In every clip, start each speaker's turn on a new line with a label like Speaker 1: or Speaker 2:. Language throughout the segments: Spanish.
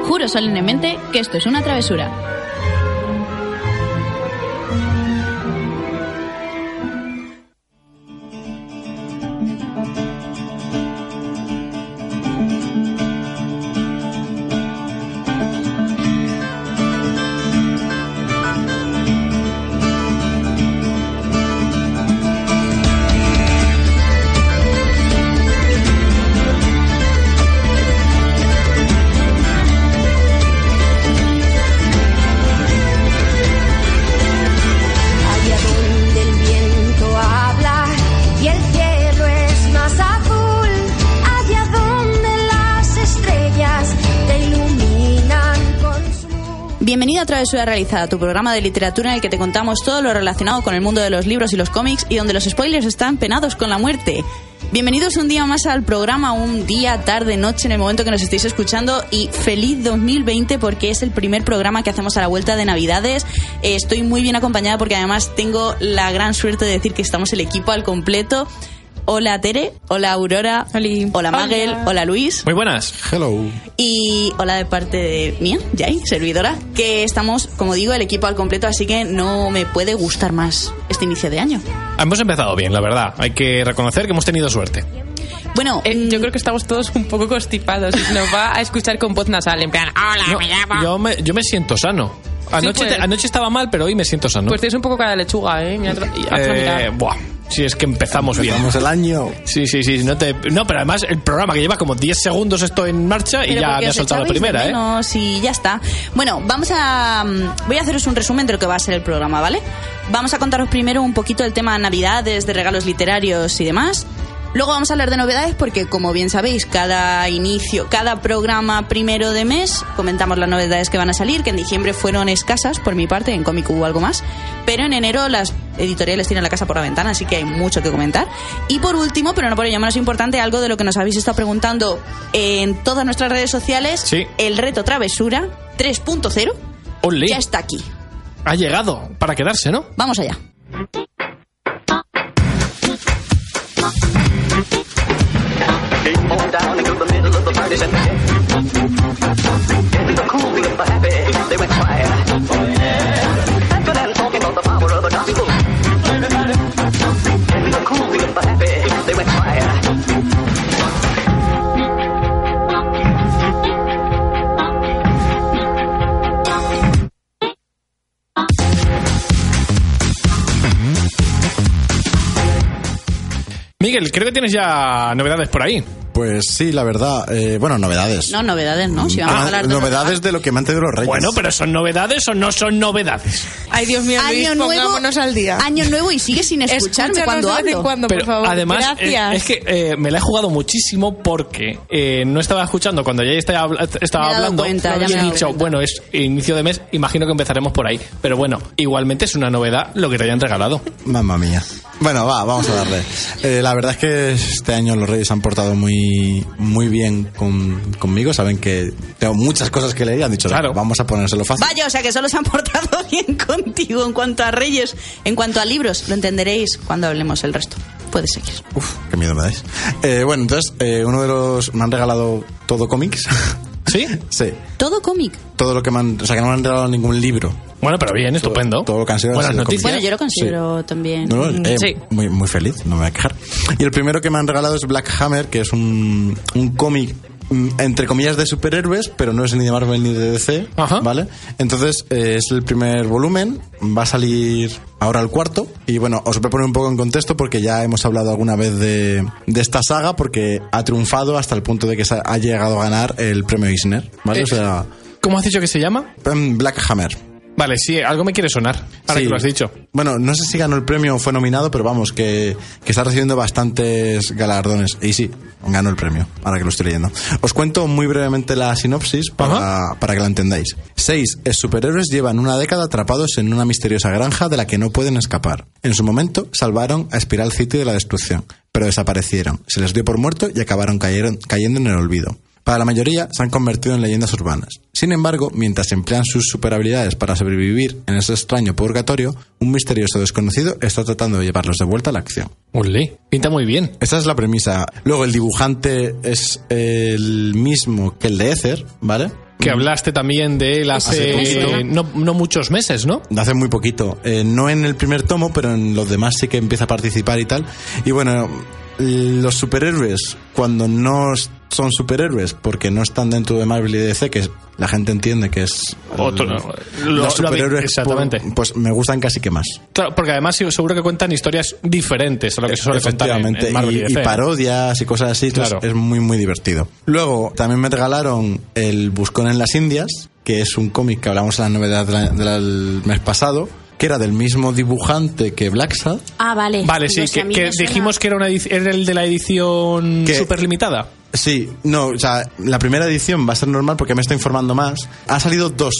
Speaker 1: deciros solemnemente que esto es una travesura.
Speaker 2: Allá donde el viento habla y el cielo es más azul, allá donde las estrellas te iluminan con su
Speaker 1: Bienvenido a Travesura Realizada, tu programa de literatura en el que te contamos todo lo relacionado con el mundo de los libros y los cómics y donde los spoilers están penados con la muerte. Bienvenidos un día más al programa, un día, tarde, noche, en el momento que nos estéis escuchando y feliz 2020 porque es el primer programa que hacemos a la vuelta de Navidades. Eh, Estoy muy bien acompañada porque además tengo la gran suerte de decir que estamos el equipo al completo. Hola Tere, hola Aurora,
Speaker 3: Oli.
Speaker 1: hola Magel,
Speaker 3: Hola.
Speaker 1: hola Luis.
Speaker 4: Muy buenas.
Speaker 5: Hello.
Speaker 1: Y hola de parte de mía, Jay, servidora, que estamos, como digo, el equipo al completo, así que no me puede gustar más este inicio de año.
Speaker 4: Hemos empezado bien, la verdad. Hay que reconocer que hemos tenido suerte.
Speaker 1: Bueno,
Speaker 3: Eh, yo creo que estamos todos un poco constipados y se nos va a escuchar con voz nasal, en plan, "Ah, hola,
Speaker 4: No,
Speaker 3: me llamo.
Speaker 4: yo, me, yo me siento sano. Anoche,
Speaker 3: pues.
Speaker 4: te- anoche estaba mal, pero hoy me siento sano.
Speaker 3: Pues tienes un poco cara de lechuga, ¿eh? Mira, tra- y hazlo
Speaker 4: eh,
Speaker 3: mirar.
Speaker 4: buah, si es que empezamos bien.
Speaker 5: Empezamos Pues el año.
Speaker 4: Sí, sí, sí. No, te- no, pero además el programa que lleva como 10 segundos esto en marcha y
Speaker 1: pero
Speaker 4: ya
Speaker 1: porque
Speaker 4: me ha
Speaker 1: os
Speaker 4: soltado la
Speaker 1: echabais de
Speaker 4: primera, ¿eh?
Speaker 1: menos y ya está. Bueno, vamos a. mm, Voy a haceros un resumen de lo que va a ser el programa, ¿vale? Vamos a contaros primero un poquito el tema de Navidades, de regalos literarios y demás. Luego vamos a hablar de novedades porque, como bien sabéis, cada inicio, cada programa primero de mes, comentamos las novedades que van a salir, que en diciembre fueron escasas por mi parte, en cómic hubo algo más, pero en enero las editoriales tienen la casa por la ventana, así que hay mucho que comentar. Y por último, pero no por ello menos importante, algo de lo que nos habéis estado preguntando en todas nuestras redes sociales, eh,
Speaker 4: Sí.
Speaker 1: el reto travesura 3.0
Speaker 4: Ole,
Speaker 1: ya está aquí.
Speaker 4: ha llegado para quedarse, ¿no?
Speaker 1: Vamos allá.
Speaker 4: Miguel, creo que tienes ya novedades por ahí.
Speaker 5: Pues sí, la verdad. eh, bueno, novedades.
Speaker 1: No, novedades, ¿no? Si vamos a
Speaker 5: Ah,
Speaker 1: hablar de
Speaker 5: novedades de lo que me han traído los reyes.
Speaker 4: Bueno, pero ¿son novedades o no son novedades?
Speaker 6: Ay, Dios mío, Luis,
Speaker 1: Año nuevo,
Speaker 6: pongámonos al día.
Speaker 1: Año nuevo y sigue sin escucharme
Speaker 6: Escúchanos
Speaker 1: cuando
Speaker 6: de vez en
Speaker 1: hablo.
Speaker 6: cuando,
Speaker 4: Pero
Speaker 6: por favor.
Speaker 4: además, eh,
Speaker 6: Gracias.
Speaker 4: es que eh, me la he jugado muchísimo porque eh, no estaba escuchando cuando ya estaba, habla- estaba
Speaker 1: Me he dado
Speaker 4: hablando.
Speaker 1: cuenta, ya me
Speaker 4: y
Speaker 1: he
Speaker 4: he
Speaker 1: dado
Speaker 4: dicho,
Speaker 1: cuenta.
Speaker 4: bueno, es inicio de mes, imagino que empezaremos por ahí. Pero bueno, igualmente es una novedad lo que te hayan regalado.
Speaker 5: Mamma mía. Bueno, va, vamos a darle. Eh, la verdad es que este año los Reyes han portado muy, muy bien con- conmigo. Saben que tengo muchas cosas que leer y han dicho,
Speaker 4: Claro.
Speaker 5: vamos a ponérselo fácil.
Speaker 1: Vaya, o sea que solo se han portado bien contigo en cuanto a reyes, en cuanto a libros. Lo entenderéis cuando hablemos el resto. Puedes seguir.
Speaker 5: Uf, qué miedo me dais. Eh, bueno, entonces, eh, uno de los... Me han regalado todo cómics.
Speaker 4: ¿Sí?
Speaker 5: sí.
Speaker 1: Todo cómic.
Speaker 5: Todo lo que me han... O sea, que no me han regalado ningún libro.
Speaker 4: Bueno, pero bien, estupendo.
Speaker 5: todo lo que han sido
Speaker 4: Buenas
Speaker 5: han sido
Speaker 4: noticias.
Speaker 1: Bueno, yo lo
Speaker 5: Sí.
Speaker 1: considero también.
Speaker 5: No,
Speaker 4: Mm,
Speaker 5: no, eh,
Speaker 3: Sí.
Speaker 5: muy, muy feliz, no me voy a quejar. Y el primero que me han regalado es Black Hammer, que es un, un cómic mm, entre comillas de superhéroes, pero no es ni de Marvel ni de DC,
Speaker 4: Ajá.
Speaker 5: ¿vale? Entonces eh, es el primer volumen, va a salir ahora el cuarto y bueno, os voy a poner un poco en contexto porque ya hemos hablado alguna vez de, de esta saga porque ha triunfado hasta el punto de que sa- ha llegado a ganar el premio Eisner, ¿vale?
Speaker 4: Eh.
Speaker 5: O sea,
Speaker 4: ¿Cómo has dicho que se llama?
Speaker 5: mm, Black Hammer.
Speaker 4: Vale, sí, algo me quiere sonar. Ahora
Speaker 5: Sí.
Speaker 4: que lo has dicho.
Speaker 5: Bueno, no sé si ganó el premio o fue nominado, pero vamos, que, que está recibiendo bastantes galardones. Y sí, ganó el premio, ahora que lo estoy leyendo. Os cuento muy brevemente la sinopsis para, para que la entendáis. Seis ex superhéroes llevan una década atrapados en una misteriosa granja de la que no pueden escapar. En su momento, salvaron a Spiral City de la destrucción, pero desaparecieron, se les dio por muerto y acabaron cayeron- cayendo en el olvido. Para la mayoría se han convertido en leyendas urbanas. Sin embargo, mientras emplean sus superhabilidades para sobrevivir en ese extraño purgatorio, un misterioso desconocido está tratando de llevarlos de vuelta a la acción.
Speaker 4: Ole, pinta muy bien.
Speaker 5: Esa es la premisa. Luego, el dibujante es el mismo que el de Ether, ¿vale?
Speaker 4: que hablaste también de él
Speaker 5: Mm. Hace
Speaker 4: hace eh,
Speaker 1: poquito.
Speaker 4: no, no muchos meses, ¿no?
Speaker 5: de hace muy poquito. Eh, no en el primer tomo, pero en los demás sí que empieza a participar y tal. Y bueno, los superhéroes, cuando no s- son superhéroes, porque no están dentro de Marvel y DC, que es- la gente entiende que es...
Speaker 4: Otro-
Speaker 5: el-
Speaker 4: lo- lo-
Speaker 5: los superhéroes,
Speaker 4: exactamente.
Speaker 5: pu- Pues, me gustan casi que más.
Speaker 4: Claro, porque además sí, seguro que cuentan historias diferentes a lo que se suele contar en- en,
Speaker 5: Efectivamente,
Speaker 4: Marvel y,
Speaker 5: y, y
Speaker 4: DC.
Speaker 5: parodias y cosas así, entonces
Speaker 4: Claro.
Speaker 5: es muy muy divertido. Luego, también me regalaron El Buscón en las Indias, que es un cómic que hablamos en las novedades de la- de la- del mes pasado, que era del mismo dibujante que Black Sad,
Speaker 1: Ah, vale.
Speaker 4: Vale, sí,
Speaker 1: Pues a
Speaker 4: que,
Speaker 1: mí
Speaker 4: que
Speaker 1: me suena-
Speaker 4: dijimos que era, una edici- era el de la edición
Speaker 5: ¿Qué?
Speaker 4: superlimitada.
Speaker 5: Sí, no, o sea, la primera edición va a ser normal porque me está informando más. Ha salido dos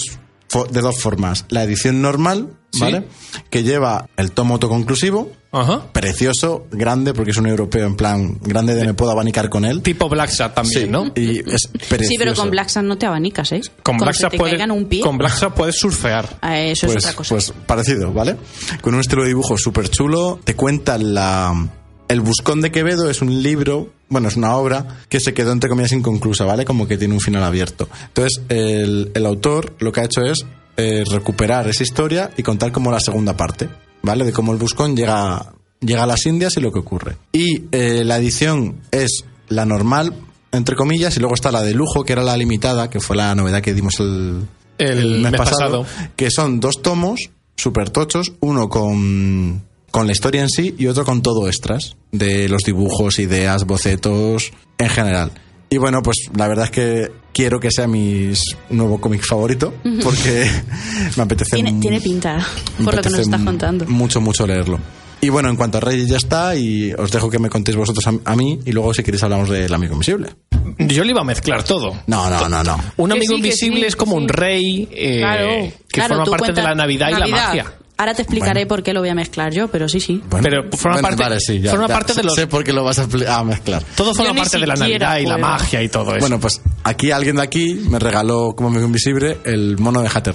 Speaker 5: fo- de dos formas. La edición normal,
Speaker 4: Sí.
Speaker 5: ¿vale? Que lleva el tomo autoconclusivo,
Speaker 4: Ajá.
Speaker 5: precioso, grande, porque es un europeo en plan grande de me puedo abanicar con él.
Speaker 4: Tipo Black Sat también,
Speaker 5: Sí,
Speaker 4: ¿no?
Speaker 5: Y es precioso.
Speaker 1: Sí, pero con Black Sun no te abanicas, ¿eh?
Speaker 4: Con Black,
Speaker 1: que
Speaker 4: Sat
Speaker 1: te
Speaker 4: puedes,
Speaker 1: caigan un pie.
Speaker 4: con Black Sat puedes surfear.
Speaker 1: Ah, eso
Speaker 5: pues,
Speaker 1: es otra cosa.
Speaker 5: pues parecido, ¿vale? Con un estilo de dibujo súper chulo. Te cuenta la... El Buscón de Quevedo es un libro, bueno, es una obra que se quedó entre comillas inconclusa, ¿vale? Como que tiene un final abierto. Entonces, el, el autor lo que ha hecho es eh, recuperar esa historia y contar como la segunda parte, ¿vale? De cómo el Buscón llega, llega a las Indias y lo que ocurre. Y eh, la edición es la normal, entre comillas, y luego está la de lujo, que era la limitada, que fue la novedad que dimos el,
Speaker 4: El mes pasado.
Speaker 5: que son dos tomos super tochos, uno con, con la historia en sí y otro con todo extras, de los dibujos, ideas, bocetos, en general. Y bueno, pues la verdad es que quiero que sea mi s- nuevo cómic favorito, porque me apetece...
Speaker 1: tiene,
Speaker 5: mu-
Speaker 1: tiene pinta,
Speaker 5: me
Speaker 1: por lo que nos
Speaker 5: apetece
Speaker 1: estás
Speaker 5: mu-
Speaker 1: contando.
Speaker 5: Mucho, mucho leerlo. Y bueno, en cuanto a Reyes ya está, y os dejo que me contéis vosotros a, a mí, y luego si queréis hablamos del amigo invisible.
Speaker 4: Yo le iba a mezclar todo.
Speaker 5: No, no, no, no.
Speaker 4: Un
Speaker 3: Que
Speaker 4: amigo
Speaker 3: sí, que
Speaker 4: invisible
Speaker 3: sí,
Speaker 4: es como
Speaker 3: sí.
Speaker 4: un rey eh,
Speaker 3: Claro.
Speaker 4: que forma
Speaker 1: tú
Speaker 4: parte
Speaker 1: cuenta-
Speaker 4: de la Navidad, y la magia.
Speaker 1: Ahora te explicaré
Speaker 5: Bueno.
Speaker 1: por qué lo voy a mezclar yo, pero sí, sí.
Speaker 5: Bueno,
Speaker 4: Pero forma parte- forma parte de los-
Speaker 5: Sé por qué lo vas a, pl- a mezclar.
Speaker 4: Todo forma
Speaker 3: ni
Speaker 4: parte de la
Speaker 3: siquiera
Speaker 4: Navidad y la
Speaker 3: puedo.
Speaker 4: magia y todo eso.
Speaker 5: Bueno, pues aquí alguien de aquí me regaló como amigo invisible el mono de Hatter,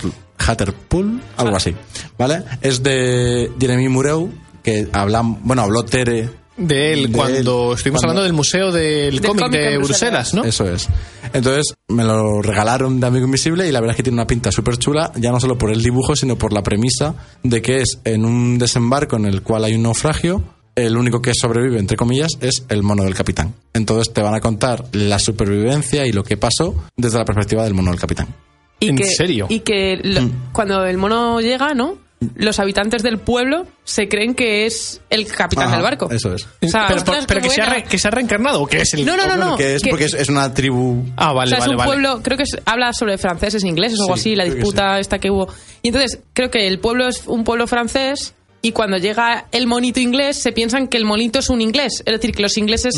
Speaker 5: Hatterpool,
Speaker 4: Ah.
Speaker 5: algo así, ¿vale? Es de Jeremy Mureu, que habla, bueno, habló Tere.
Speaker 4: de él,
Speaker 5: de
Speaker 4: cuando
Speaker 5: él,
Speaker 4: estuvimos
Speaker 5: cuando-
Speaker 4: hablando del Museo del,
Speaker 3: Del
Speaker 4: Cómic
Speaker 3: cómic
Speaker 4: de
Speaker 3: en
Speaker 4: Bruselas,
Speaker 3: Bruselas.
Speaker 4: ¿no?
Speaker 5: Eso es. Entonces me lo regalaron de Amigo Invisible y la verdad es que tiene una pinta súper chula, ya no solo por el dibujo, sino por la premisa de que es en un desembarco en el cual hay un naufragio, el único que sobrevive, entre comillas, es el mono del capitán. Entonces te van a contar la supervivencia y lo que pasó desde la perspectiva del mono del capitán.
Speaker 4: ¿En serio? Mm.
Speaker 3: Y que lo- cuando el mono llega, ¿no? Los habitantes del pueblo se creen que es el capitán
Speaker 5: Ajá,
Speaker 3: del barco.
Speaker 5: eso es.
Speaker 3: O sea,
Speaker 4: pero
Speaker 3: ostras,
Speaker 4: pero- pero
Speaker 3: qué
Speaker 4: que, se ha
Speaker 3: buena.
Speaker 4: re- que se ha reencarnado, ¿o que es el...?
Speaker 3: No, no, no, no.
Speaker 5: que es
Speaker 3: que-
Speaker 5: porque es, es una tribu...
Speaker 4: Ah, vale,
Speaker 3: o sea,
Speaker 4: vale,
Speaker 3: es un
Speaker 4: vale.
Speaker 3: pueblo, creo que es- habla sobre franceses e ingleses o algo
Speaker 5: Sí,
Speaker 3: así, la
Speaker 5: creo que
Speaker 3: disputa esta que hubo. Y entonces, creo que el pueblo es un pueblo francés y cuando llega el monito inglés, se piensan que el monito es un inglés. Es decir, que los ingleses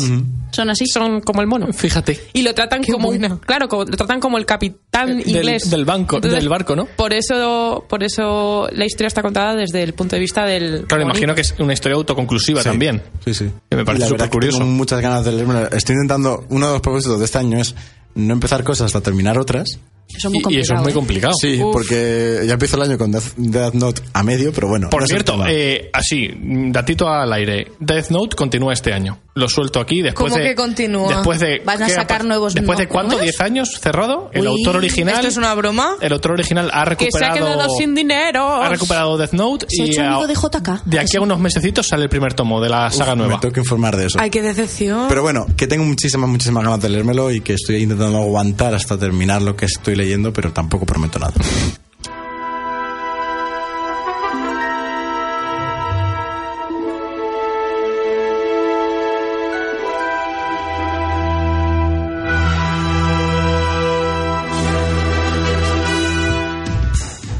Speaker 1: Son así.
Speaker 3: son como el mono.
Speaker 4: Fíjate.
Speaker 3: Y lo tratan como un-
Speaker 4: buena. Eh,
Speaker 3: claro, como- lo tratan como el capitán
Speaker 4: Del-
Speaker 3: inglés
Speaker 4: del banco- del barco, ¿no?
Speaker 3: Por eso, por eso la historia está contada desde el punto de vista del
Speaker 4: Claro, imagino que es una historia autoconclusiva
Speaker 5: Sí.
Speaker 4: también.
Speaker 5: Sí, sí.
Speaker 4: Que me parece
Speaker 5: Y la verdad
Speaker 4: súper curioso.
Speaker 5: que Tengo muchas ganas de leerme. Estoy intentando. Uno de los propósitos de este año es no empezar cosas hasta terminar otras.
Speaker 1: Eso es muy
Speaker 4: Y, y eso es
Speaker 1: complicado,
Speaker 4: muy
Speaker 1: ¿eh?
Speaker 4: complicado.
Speaker 5: Sí, porque ya empiezo el año con Death, Death Note a medio, pero bueno.
Speaker 4: Por
Speaker 5: no es el
Speaker 4: cierto,
Speaker 5: tema.
Speaker 4: eh, así, mm, datito al aire. Death Note continúa este año. Lo suelto aquí después
Speaker 6: ¿Cómo
Speaker 4: de...
Speaker 6: que continúa?
Speaker 4: Después de...
Speaker 1: ¿Van a
Speaker 4: ¿qué ha
Speaker 1: sacar
Speaker 4: pas-
Speaker 1: nuevos
Speaker 4: ¿Después de
Speaker 1: no-
Speaker 4: cuánto?
Speaker 1: nuevos?
Speaker 4: ¿10 años cerrado? El
Speaker 1: Uy,
Speaker 4: autor original...
Speaker 6: ¿Esto es una broma?
Speaker 4: El autor original ha
Speaker 3: que se ha
Speaker 4: recuperado...
Speaker 3: quedado sin dinero.
Speaker 4: Ha recuperado Death Note
Speaker 1: Se ha
Speaker 4: y
Speaker 1: hecho amigo
Speaker 4: a-
Speaker 1: de JK.
Speaker 4: de aquí a unos mesecitos sale el primer tomo de la saga
Speaker 5: Uf,
Speaker 4: nueva.
Speaker 5: Me tengo que informar de eso.
Speaker 6: Ay, qué decepción.
Speaker 5: Pero bueno, que tengo muchísimas, muchísimas ganas de leérmelo y que estoy intentando aguantar hasta terminar lo que estoy leyendo, pero tampoco prometo nada.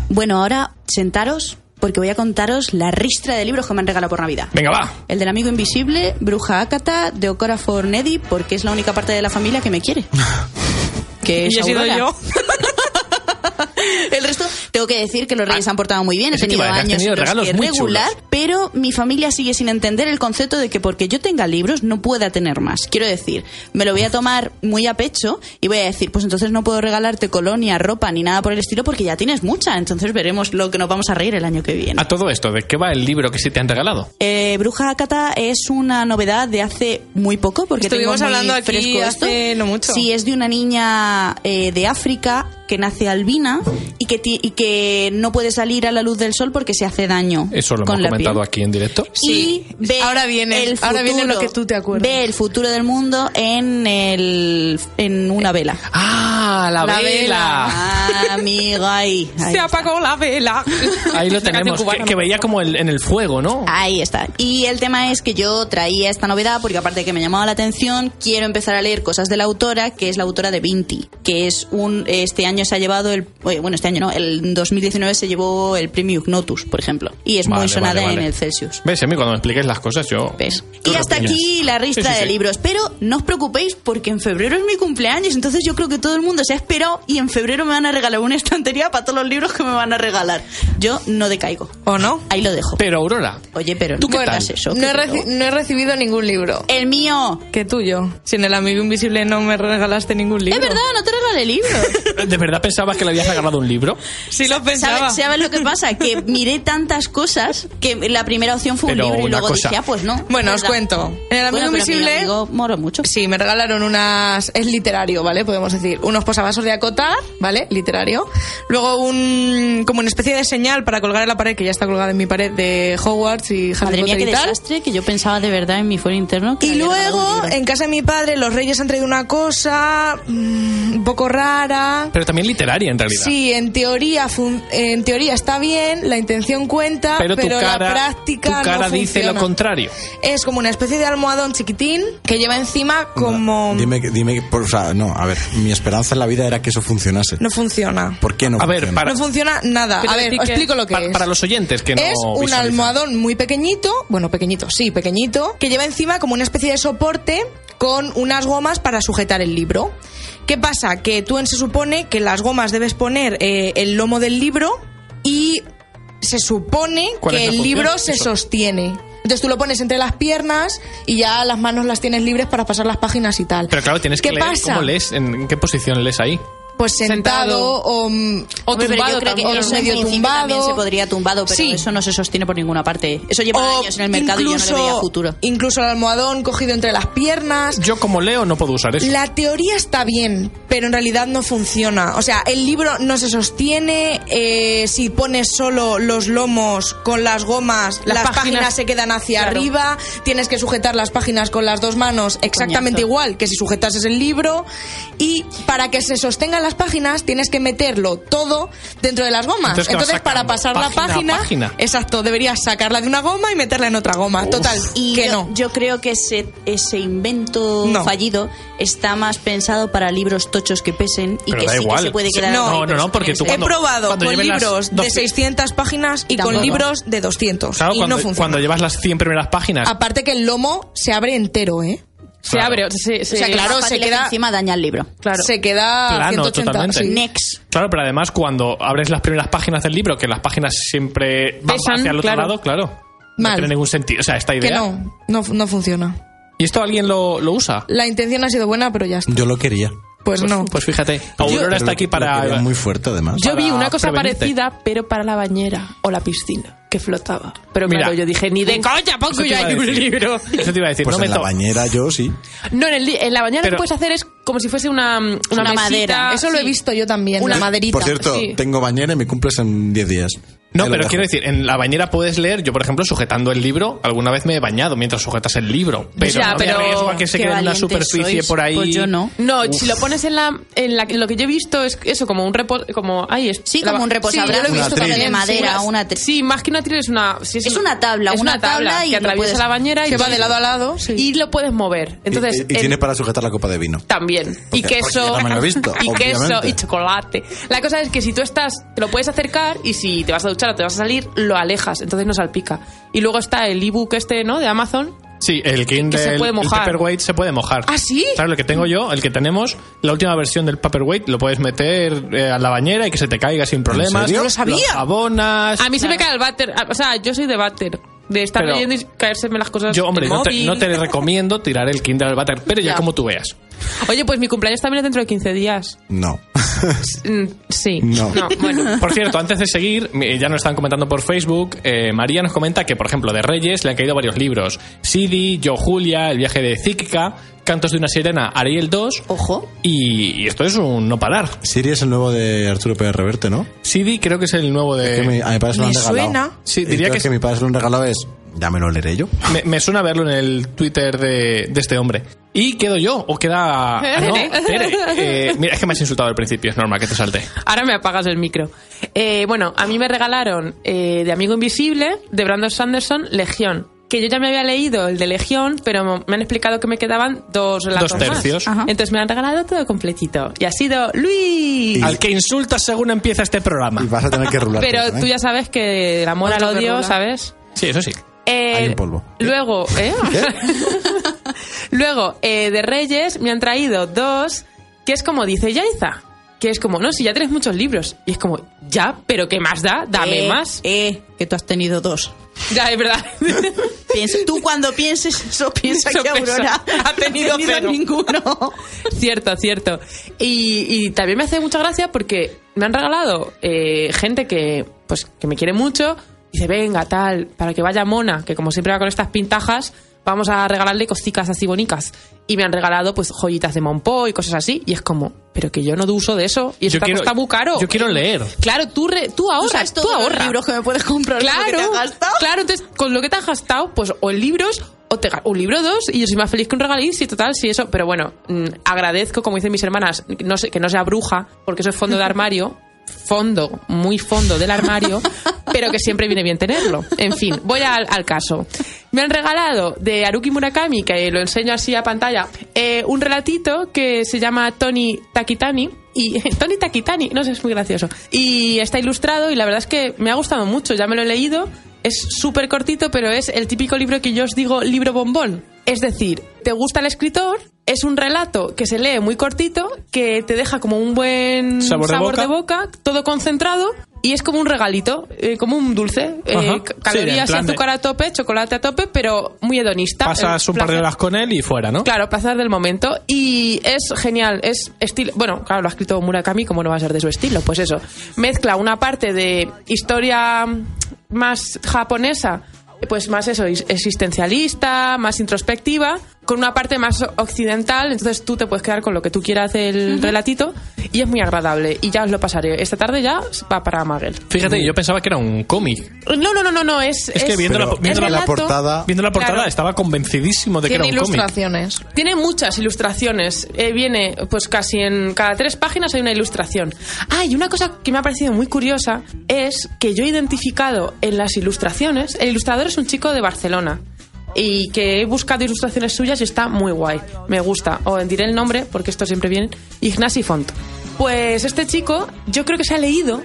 Speaker 1: Bueno, ahora sentaros porque voy a contaros la ristra de libros que me han regalado por Navidad.
Speaker 4: Venga, va.
Speaker 1: El del amigo invisible, Bruja Akata, de Okora for Neddy, porque es la única parte de la familia que me quiere. Que es
Speaker 3: Y he sido
Speaker 1: Aurora.
Speaker 3: yo.
Speaker 1: El resto, tengo que decir que los reyes se han portado muy bien. He
Speaker 4: Eso te
Speaker 1: tenido
Speaker 4: iba a decir, Ah,
Speaker 1: años
Speaker 4: has tenido
Speaker 1: en los
Speaker 4: regalos
Speaker 1: que
Speaker 4: muy
Speaker 1: regular,
Speaker 4: chulos.
Speaker 1: pero mi familia sigue sin entender el concepto de que porque yo tenga libros no pueda tener más. Quiero decir, me lo voy a tomar muy a pecho y voy a decir, pues entonces no puedo regalarte colonia, ropa ni nada por el estilo porque ya tienes mucha. Entonces veremos lo que nos vamos a reír el año que viene.
Speaker 4: A todo esto, ¿de qué va el libro que sí te han regalado?
Speaker 1: Eh, Bruja Akata es una novedad de hace muy poco, porque
Speaker 6: Estuvimos
Speaker 1: tengo muy
Speaker 6: hablando aquí
Speaker 1: fresco esto.
Speaker 6: hace no mucho.
Speaker 1: Sí, es de una niña eh, de África que nace albina y que, ti- y que no puede salir a la luz del sol porque se hace daño
Speaker 4: Eso lo
Speaker 1: con
Speaker 4: hemos
Speaker 1: la piel.
Speaker 4: comentado aquí en directo.
Speaker 1: Y
Speaker 6: Sí.
Speaker 1: ve
Speaker 6: Ahora viene-
Speaker 1: el
Speaker 6: ahora viene lo
Speaker 1: futuro-
Speaker 6: que tú te acuerdas.
Speaker 1: Ve el futuro del mundo en, el, en una vela.
Speaker 4: ¡Ah! La,
Speaker 6: La
Speaker 4: vela.
Speaker 6: vela.
Speaker 1: Ah, amigo, ahí. ahí
Speaker 3: Se apagó la vela.
Speaker 4: Ahí lo
Speaker 3: Una canción
Speaker 4: tenemos, que,
Speaker 3: cubana.
Speaker 4: que veía como el- en el fuego, ¿no?
Speaker 6: Ah,
Speaker 1: Ahí está. Y el tema es que yo traía esta novedad porque aparte de que me llamaba la atención, quiero empezar a leer cosas de la autora, que es la autora de Vinti, que es un este año se ha llevado el oye, bueno, este año no, el 2019 se llevó el premio Ignotus, por ejemplo, y es
Speaker 4: Vale,
Speaker 1: muy sonada
Speaker 4: vale, vale.
Speaker 1: en el Celsius.
Speaker 4: ¿Ves? A mí cuando me expliques las cosas yo...
Speaker 1: ¿Ves?
Speaker 4: yo
Speaker 1: Y
Speaker 4: lo
Speaker 1: hasta
Speaker 4: pillo.
Speaker 1: aquí la ristra
Speaker 4: Sí, sí,
Speaker 1: de
Speaker 4: sí.
Speaker 1: libros. Pero no os preocupéis porque en febrero es mi cumpleaños, entonces yo creo que todo el mundo se ha esperado y en febrero me van a regalar una estantería para todos los libros que me van a regalar. Yo no decaigo.
Speaker 6: ¿O no?
Speaker 1: Ahí lo dejo.
Speaker 4: Pero Aurora,
Speaker 1: Oye, pero ¿tú
Speaker 4: qué tal?
Speaker 1: eso?
Speaker 6: No he,
Speaker 1: que
Speaker 6: reci-
Speaker 1: yo-
Speaker 6: no he recibido ningún libro.
Speaker 1: El mío.
Speaker 6: ¿Qué tuyo? Si en el Amigo Invisible no me regalaste ningún libro.
Speaker 1: Es verdad, no te regalé libros.
Speaker 4: ¿de verdad pensabas que le habías regalado un libro?
Speaker 6: Sí lo pensaba.
Speaker 1: ¿Sabes, sabes lo que pasa? Que miré tantas cosas que la primera opción fue un
Speaker 4: Pero
Speaker 1: libro y
Speaker 4: una
Speaker 1: luego
Speaker 4: cosa.
Speaker 1: dije, ah, pues no.
Speaker 6: Bueno,
Speaker 1: es
Speaker 6: os
Speaker 1: verdad.
Speaker 6: cuento. En El
Speaker 1: Bueno,
Speaker 6: Amigo
Speaker 1: pero mi
Speaker 6: Invisible-
Speaker 1: amigo moro mucho.
Speaker 6: Sí, me regalaron unas... Es literario, ¿vale? Podemos decir. Unos posavasos de acotar, ¿vale? Literario. Luego un... Como una especie de señal para colgar en la pared, que ya está colgada en mi pared, de Hogwarts y Harry
Speaker 1: Madre mía,
Speaker 6: Potter
Speaker 1: qué
Speaker 6: y tal.
Speaker 1: desastre que yo pensaba de verdad en mi fuero interno. que
Speaker 6: Y
Speaker 1: había regalado un
Speaker 6: luego, eh,
Speaker 1: libro.
Speaker 6: en casa de mi padre, los reyes han traído una cosa mm, un poco rara.
Speaker 4: Pero también literaria, en realidad.
Speaker 6: Sí, en teoría, fun- en teoría está bien, la intención cuenta,
Speaker 4: Pero,
Speaker 6: pero,
Speaker 4: tu cara,
Speaker 6: la práctica
Speaker 4: tu cara
Speaker 6: no
Speaker 4: dice
Speaker 6: funciona.
Speaker 4: lo contrario.
Speaker 6: Es como una especie de almohadón chiquitín que lleva encima como...
Speaker 5: Dime, que- dime, que- por- o sea, no, a ver, mi esperanza en la vida era que eso funcionase.
Speaker 6: No funciona.
Speaker 5: ¿Por qué no?
Speaker 4: A ver,
Speaker 5: funciona?
Speaker 4: para-
Speaker 6: No funciona nada.
Speaker 3: Pero
Speaker 6: A ver,
Speaker 3: decir
Speaker 6: os
Speaker 3: que-
Speaker 6: explico lo que
Speaker 4: Para,
Speaker 6: es.
Speaker 4: para los oyentes que no
Speaker 6: es un
Speaker 4: visualizan.
Speaker 6: almohadón muy pequeñito, bueno, pequeñito, sí, pequeñito, que lleva encima como una especie de soporte con unas gomas para sujetar el libro. ¿Qué pasa? Que tú en- se supone que las gomas debes poner eh, el lomo del libro y se supone
Speaker 4: ¿Cuál es
Speaker 6: que
Speaker 4: la
Speaker 6: el
Speaker 4: función?
Speaker 6: libro se
Speaker 4: Eso.
Speaker 6: sostiene. Entonces tú lo pones entre las piernas y ya las manos las tienes libres para pasar las páginas y tal.
Speaker 4: Pero claro, tienes que
Speaker 6: ¿Qué
Speaker 4: leer
Speaker 6: pasa?
Speaker 4: cómo lees, en en qué posición lees ahí.
Speaker 6: Pues sentado,
Speaker 3: Sentado.
Speaker 6: o, mm,
Speaker 3: O
Speaker 1: Hombre, pero
Speaker 3: tumbado
Speaker 1: yo creo que
Speaker 6: también,
Speaker 1: eso
Speaker 6: o
Speaker 1: en
Speaker 6: medio
Speaker 1: principio
Speaker 6: tumbado.
Speaker 1: también se podría tumbado, pero
Speaker 6: Sí.
Speaker 1: eso no se sostiene por ninguna parte. Eso lleva
Speaker 6: o
Speaker 1: años en el mercado y yo no le veía futuro.
Speaker 6: Incluso el almohadón cogido entre las piernas.
Speaker 4: Yo como leo no puedo usar eso.
Speaker 6: La teoría está bien, pero en realidad no funciona. O sea, el libro no se sostiene. eh, si pones solo los lomos con las gomas, las,
Speaker 3: Las
Speaker 6: páginas,
Speaker 3: páginas-
Speaker 6: se quedan hacia
Speaker 3: claro.
Speaker 6: arriba. Tienes que sujetar las páginas con las dos manos exactamente
Speaker 1: Coñazo.
Speaker 6: igual que si sujetases el libro. Y para que se sostengan las páginas, tienes que meterlo todo dentro de las gomas.
Speaker 4: Entonces,
Speaker 6: Entonces,
Speaker 4: ¿qué vas
Speaker 6: para
Speaker 4: sacando?
Speaker 6: pasar
Speaker 4: Página a
Speaker 6: la página,
Speaker 4: página.
Speaker 6: exacto, deberías sacarla de una goma y meterla en otra goma. Total,
Speaker 1: Y
Speaker 6: que
Speaker 1: yo,
Speaker 6: no.
Speaker 1: yo creo que ese, ese invento
Speaker 6: No.
Speaker 1: fallido está más pensado para libros tochos que pesen y
Speaker 4: Pero
Speaker 1: que
Speaker 4: da
Speaker 1: sí
Speaker 4: igual.
Speaker 1: que se puede quedar.
Speaker 6: No,
Speaker 1: ahí,
Speaker 6: no,
Speaker 1: pero
Speaker 4: no,
Speaker 1: se
Speaker 4: porque
Speaker 1: puede
Speaker 4: tú
Speaker 1: ser.
Speaker 4: cuando-
Speaker 6: He probado
Speaker 4: cuando
Speaker 6: con
Speaker 4: lleven las
Speaker 6: libros
Speaker 4: dos-
Speaker 6: de 600 páginas y
Speaker 1: Tampoco.
Speaker 6: con libros de 200.
Speaker 4: Claro,
Speaker 6: y
Speaker 4: cuando,
Speaker 6: no funciona.
Speaker 4: cuando llevas las 100 primeras páginas.
Speaker 6: Aparte que el lomo se abre entero, ¿eh?
Speaker 3: Se
Speaker 4: Claro.
Speaker 3: abre. Se, se-
Speaker 6: O sea,
Speaker 1: Es más
Speaker 6: claro,
Speaker 1: fácil
Speaker 6: se
Speaker 1: que
Speaker 6: queda-
Speaker 1: encima daña el libro.
Speaker 3: claro.
Speaker 6: Se queda
Speaker 4: Plano,
Speaker 6: 180.
Speaker 4: totalmente.
Speaker 6: sí.
Speaker 1: Next.
Speaker 4: Claro, pero además cuando abres las primeras páginas del libro, que las páginas siempre van
Speaker 3: Pesan,
Speaker 4: hacia el otro
Speaker 3: claro.
Speaker 4: lado, claro. No
Speaker 6: Mal.
Speaker 4: tiene ningún sentido. O sea, esta
Speaker 6: Que
Speaker 4: idea.
Speaker 6: no, no, no funciona.
Speaker 4: ¿Y esto alguien lo, lo usa?
Speaker 6: La intención ha sido buena, pero ya está.
Speaker 5: Yo lo quería.
Speaker 6: Pues no.
Speaker 4: Pues fíjate, Aurora
Speaker 5: Pero
Speaker 4: está
Speaker 5: lo-
Speaker 4: aquí
Speaker 5: lo quería
Speaker 4: para.
Speaker 5: muy fuerte, además.
Speaker 3: Yo vi
Speaker 4: para
Speaker 3: una cosa
Speaker 4: prevenirte.
Speaker 3: parecida, pero para la bañera o la piscina, que flotaba. Pero
Speaker 4: Mira.
Speaker 3: claro, yo dije, ni de coña,
Speaker 4: Eso
Speaker 3: pongo
Speaker 4: te
Speaker 3: yo
Speaker 4: iba a
Speaker 3: ahí un
Speaker 4: decir.
Speaker 3: libro.
Speaker 4: Eso te iba a decir.
Speaker 5: Pues
Speaker 4: no me
Speaker 5: en la
Speaker 4: to-
Speaker 5: bañera yo sí.
Speaker 3: No, en, el li- en la bañera
Speaker 4: Pero-
Speaker 3: lo que puedes hacer es como si fuese una, una, mesita,
Speaker 1: madera.
Speaker 4: pues
Speaker 6: Eso lo he
Speaker 3: sí.
Speaker 6: visto yo también.
Speaker 3: Una
Speaker 6: la maderita.
Speaker 5: Por cierto,
Speaker 3: sí.
Speaker 5: tengo bañera y me cumples en 10 días.
Speaker 4: No,
Speaker 5: Te lo
Speaker 4: pero
Speaker 5: dejo.
Speaker 4: quiero decir, en la bañera puedes leer. Yo, por ejemplo, sujetando el libro, alguna vez me he bañado mientras sujetas el libro. Pero
Speaker 3: Ya,
Speaker 4: no me
Speaker 3: pero
Speaker 4: arriesgo a que se
Speaker 1: qué
Speaker 4: quede en una
Speaker 1: valientes
Speaker 4: superficie
Speaker 1: sois.
Speaker 4: por ahí.
Speaker 1: Pues yo no.
Speaker 3: No, si lo pones en la, en la... Lo que yo he visto es eso, como un repos... Como, ay, es,
Speaker 1: Sí,
Speaker 3: la-
Speaker 1: como un
Speaker 3: Sí, yo lo
Speaker 1: reposabrazos
Speaker 3: he visto
Speaker 5: Una
Speaker 3: también.
Speaker 5: atril.
Speaker 1: de madera,
Speaker 3: Sí,
Speaker 1: una atril.
Speaker 3: Sí, más que una atril es una... sí,
Speaker 1: Es una tabla,
Speaker 3: es
Speaker 1: una
Speaker 3: tabla,
Speaker 1: tabla y
Speaker 3: que
Speaker 1: lo
Speaker 3: atraviesa
Speaker 1: puedes-
Speaker 3: la bañera y...
Speaker 6: que va de lado a lado. sí.
Speaker 3: Y lo puedes mover. Entonces,
Speaker 5: Y- y, y
Speaker 3: en-
Speaker 5: tiene para sujetar la copa de vino.
Speaker 3: También. y
Speaker 5: Porque- porque
Speaker 3: queso.
Speaker 5: yo también lo he visto,
Speaker 3: y queso
Speaker 5: obviamente.
Speaker 3: y chocolate. La cosa es que si tú estás, te lo puedes acercar y si te vas a duchar o te vas a salir, lo alejas, entonces no salpica. Y luego está el ebook este, ¿no? De Amazon.
Speaker 4: Sí, el Kindle,
Speaker 3: se puede
Speaker 4: el
Speaker 3: mojar.
Speaker 4: Paperweight se puede mojar.
Speaker 3: ¿Ah, sí?
Speaker 4: Claro, lo que tengo yo, el que tenemos, la última versión del Paperweight lo puedes meter eh, a la bañera y que se te caiga sin problemas.
Speaker 5: serio? No lo
Speaker 6: sabía.
Speaker 4: Los jabonas.
Speaker 3: A mí se me cae el váter. A- O sea, yo soy de váter. De estar
Speaker 4: Pero-
Speaker 3: leyendo y caérseme las cosas.
Speaker 4: Yo, hombre,
Speaker 3: del
Speaker 4: no te,
Speaker 3: móvil.
Speaker 4: no te recomiendo tirar el Kindle al váter, pero ya
Speaker 3: Ya.
Speaker 4: como tú veas.
Speaker 3: Oye, pues mi cumpleaños también es dentro de 15 días.
Speaker 5: No.
Speaker 3: Mm, Sí.
Speaker 5: No.
Speaker 3: bueno.
Speaker 4: Por cierto, antes de seguir, eh, ya nos están comentando por Facebook, eh, María nos comenta que, por ejemplo, de Reyes le han caído varios libros. Sidi, Yo Julia, El viaje de Zíquica, Cantos de una sirena, Ariel 2
Speaker 3: Oh.
Speaker 1: Ojo.
Speaker 4: y, y esto es un no parar.
Speaker 5: Siri es el nuevo de Arturo Pérez Reverte, ¿no?
Speaker 4: Sidi creo que es el nuevo de...
Speaker 5: Que mi- a mi padre se lo
Speaker 6: me
Speaker 5: han regalado.
Speaker 6: suena.
Speaker 4: Eh, Sí,
Speaker 5: Y
Speaker 4: diría
Speaker 5: creo
Speaker 4: que
Speaker 5: que
Speaker 4: es-
Speaker 5: mi padre se lo han regalado es. Ya me lo leeré yo.
Speaker 4: Me, me suena verlo en el Twitter de, de este hombre. ¿Y quedo yo? ¿O queda.? ah, no, Tere. Eh, mira, es que me has insultado al principio, es normal que te salte.
Speaker 3: Ahora me apagas el micro. Eh, bueno, a mí me regalaron eh, de Amigo Invisible, de Brandon Sanderson, Legión. Que yo ya me había leído el de Legión, pero me han explicado que me quedaban dos relatos
Speaker 4: Dos
Speaker 3: más.
Speaker 4: tercios.
Speaker 1: Ajá.
Speaker 3: Entonces me han regalado todo completito. Y ha sido Luis.
Speaker 4: Al que insultas según empieza este
Speaker 5: Y
Speaker 4: programa.
Speaker 5: vas a tener que rular.
Speaker 3: Pero
Speaker 4: ¿eh?
Speaker 3: tú ¿eh? ya sabes que el amor al
Speaker 6: Otro que
Speaker 3: odio,
Speaker 6: rula.
Speaker 3: ¿sabes?
Speaker 4: Sí, eso sí.
Speaker 3: Eh,
Speaker 5: Hay un polvo.
Speaker 3: Luego, ¿eh? luego, eh, de Reyes me han traído dos, que es como dice Yaiza. Que es como, no, si ya tienes muchos libros. Y es como, ya, pero ¿qué más da? Dame
Speaker 1: Eh,
Speaker 3: más.
Speaker 1: Eh, que tú has tenido dos.
Speaker 3: Ya, es verdad.
Speaker 1: Piensa- tú cuando pienses eso, piensa
Speaker 3: Eso
Speaker 1: que
Speaker 3: pesa.
Speaker 1: Aurora
Speaker 3: Ha tenido cero.
Speaker 1: ninguno.
Speaker 3: cierto, cierto. Y, y también me hace mucha gracia porque me han regalado eh, gente que, pues, que me quiere mucho. Dice, venga, tal, para que vaya mona, que como siempre va con estas pintajas, vamos a regalarle costicas así bonicas. Y me han regalado, pues, joyitas de Monpó y cosas así. Y es como, pero que yo no uso de eso. Y eso te cuesta muy caro.
Speaker 4: Yo quiero leer.
Speaker 3: Claro, tú, re- tú
Speaker 1: Tú
Speaker 3: ahorras,
Speaker 1: sabes
Speaker 3: tú,
Speaker 1: todos los
Speaker 3: ahorras.
Speaker 1: libros que me puedes comprar. con lo que
Speaker 3: Claro,
Speaker 1: te has gastado.
Speaker 3: claro, entonces con lo que te has gastado, pues o en libros o te ga- un libro o dos y yo soy más feliz que un regalín, sí, total, sí, eso, pero bueno, mm, agradezco, como dicen mis hermanas, no sé, que no sea bruja, porque eso es fondo de armario, fondo, muy fondo del armario, pero que siempre viene bien tenerlo. En fin, voy al, al caso. Me han regalado de Haruki Murakami, que lo enseño así a pantalla, eh, un relatito que se llama Tony Takitani, y Tony Takitani, no sé, es muy gracioso. Y está ilustrado y la verdad es que me ha gustado mucho, ya me lo he leído. Es súper cortito, pero es el típico libro que yo os digo libro bombón. Es decir, te gusta el escritor, es un relato que se lee muy cortito, que te deja como un buen
Speaker 4: Sabor de boca.
Speaker 3: todo concentrado y es como un regalito, eh, como un dulce. eh,
Speaker 4: Ajá.
Speaker 3: ca-
Speaker 4: Sí, en
Speaker 3: calorías y
Speaker 4: plan de-
Speaker 3: azúcar a tope, chocolate a tope, pero muy hedonista.
Speaker 4: Pasas
Speaker 3: el
Speaker 4: un par de
Speaker 3: placer.
Speaker 4: horas con él y fuera, ¿no?
Speaker 3: eh, Claro, placer del momento. Y es genial, es estilo... Bueno, claro, lo ha escrito Murakami, como no va a ser de su estilo? Pues eso, mezcla una parte de historia más japonesa, pues más eso, is- existencialista, más introspectiva, con una parte más occidental, entonces tú te puedes quedar con lo que tú quieras del relatito y es muy agradable. Y ya os lo pasaré. Esta tarde ya va para Magel.
Speaker 4: Fíjate, yo pensaba que era un cómic.
Speaker 3: No, no, no, no, no, es...
Speaker 4: Es que viendo la-
Speaker 5: Pero
Speaker 4: viendo
Speaker 3: es
Speaker 5: la
Speaker 3: relato.
Speaker 5: portada-
Speaker 4: Viendo la portada
Speaker 3: Claro.
Speaker 4: estaba convencidísimo de que era
Speaker 6: Tiene
Speaker 4: un cómic.
Speaker 6: ilustraciones.
Speaker 3: Tiene muchas ilustraciones. Eh, viene, pues casi en cada tres páginas hay una ilustración. Ah, y una cosa que me ha parecido muy curiosa es que yo he identificado en las ilustraciones. El ilustrador es un chico de Barcelona. Y que he buscado ilustraciones suyas y está muy guay. Me gusta. O diré el nombre, porque esto siempre viene. Ignasi Font. Pues este chico, yo creo que se ha leído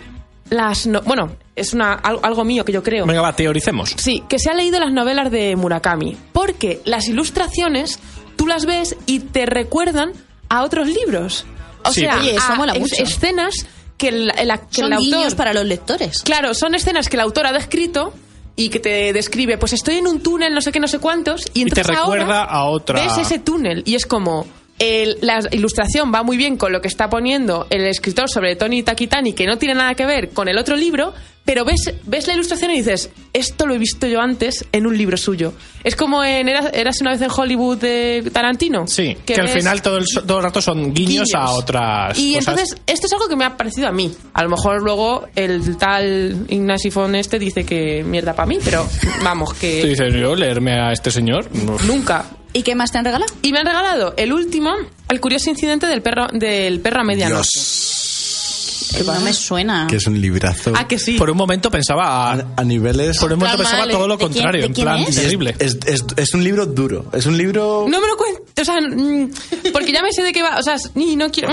Speaker 3: las. no- bueno, es una, al- algo mío que yo creo.
Speaker 4: Venga, va, teoricemos.
Speaker 3: Sí, que se ha leído las novelas de Murakami, porque las ilustraciones tú las ves y te recuerdan a otros libros. O
Speaker 4: Sí,
Speaker 3: sea,
Speaker 4: Oye,
Speaker 1: eso
Speaker 3: a
Speaker 1: mola
Speaker 3: es-
Speaker 1: mucho.
Speaker 3: escenas que el, el- que el
Speaker 1: Son
Speaker 3: autor
Speaker 1: guiños para los lectores.
Speaker 3: Claro, son escenas que el autor ha descrito y que te describe, pues estoy en un túnel, no sé qué, no sé cuántos, y
Speaker 4: Y te
Speaker 3: entonces
Speaker 4: recuerda
Speaker 3: ahora
Speaker 4: a otra-
Speaker 3: Ves ese túnel y es como el- la ilustración va muy bien con lo que está poniendo el escritor sobre Tony Takitani, que no tiene nada que ver con el otro libro, pero ves, ves la ilustración y dices, esto lo he visto yo antes en un libro suyo. Es como en Eras, Érase una vez en Hollywood de Tarantino.
Speaker 4: Sí, que, al
Speaker 3: ves-
Speaker 4: final todo el, so- todo el rato son guiños,
Speaker 3: guiños.
Speaker 4: a otras
Speaker 3: Y
Speaker 4: cosas.
Speaker 3: entonces, esto es algo que me ha parecido a mí. A lo mejor luego el tal Ignacio este dice que mierda para mí, pero vamos,
Speaker 4: Tú
Speaker 3: que
Speaker 4: dices, yo leerme a este señor. Uf.
Speaker 3: nunca.
Speaker 1: ¿Y qué más te han regalado?
Speaker 3: Y me han regalado el último, el curioso incidente del perro del perro a medianoche.
Speaker 5: Dios,
Speaker 1: No me suena.
Speaker 5: que es un librazo.
Speaker 3: Ah, que sí.
Speaker 4: Por un momento pensaba...
Speaker 5: A, a niveles.
Speaker 4: Por un momento
Speaker 1: Calma,
Speaker 4: pensaba
Speaker 1: Ale,
Speaker 4: todo
Speaker 1: ¿de
Speaker 4: lo
Speaker 1: quién-
Speaker 4: contrario,
Speaker 1: de
Speaker 4: en
Speaker 1: quién
Speaker 4: plan
Speaker 1: es?
Speaker 4: terrible.
Speaker 5: Es, es- es un libro duro. Es un libro.
Speaker 3: No me lo cuentes, o sea, mm, porque ya me sé de qué va, o sea, ni no quiero...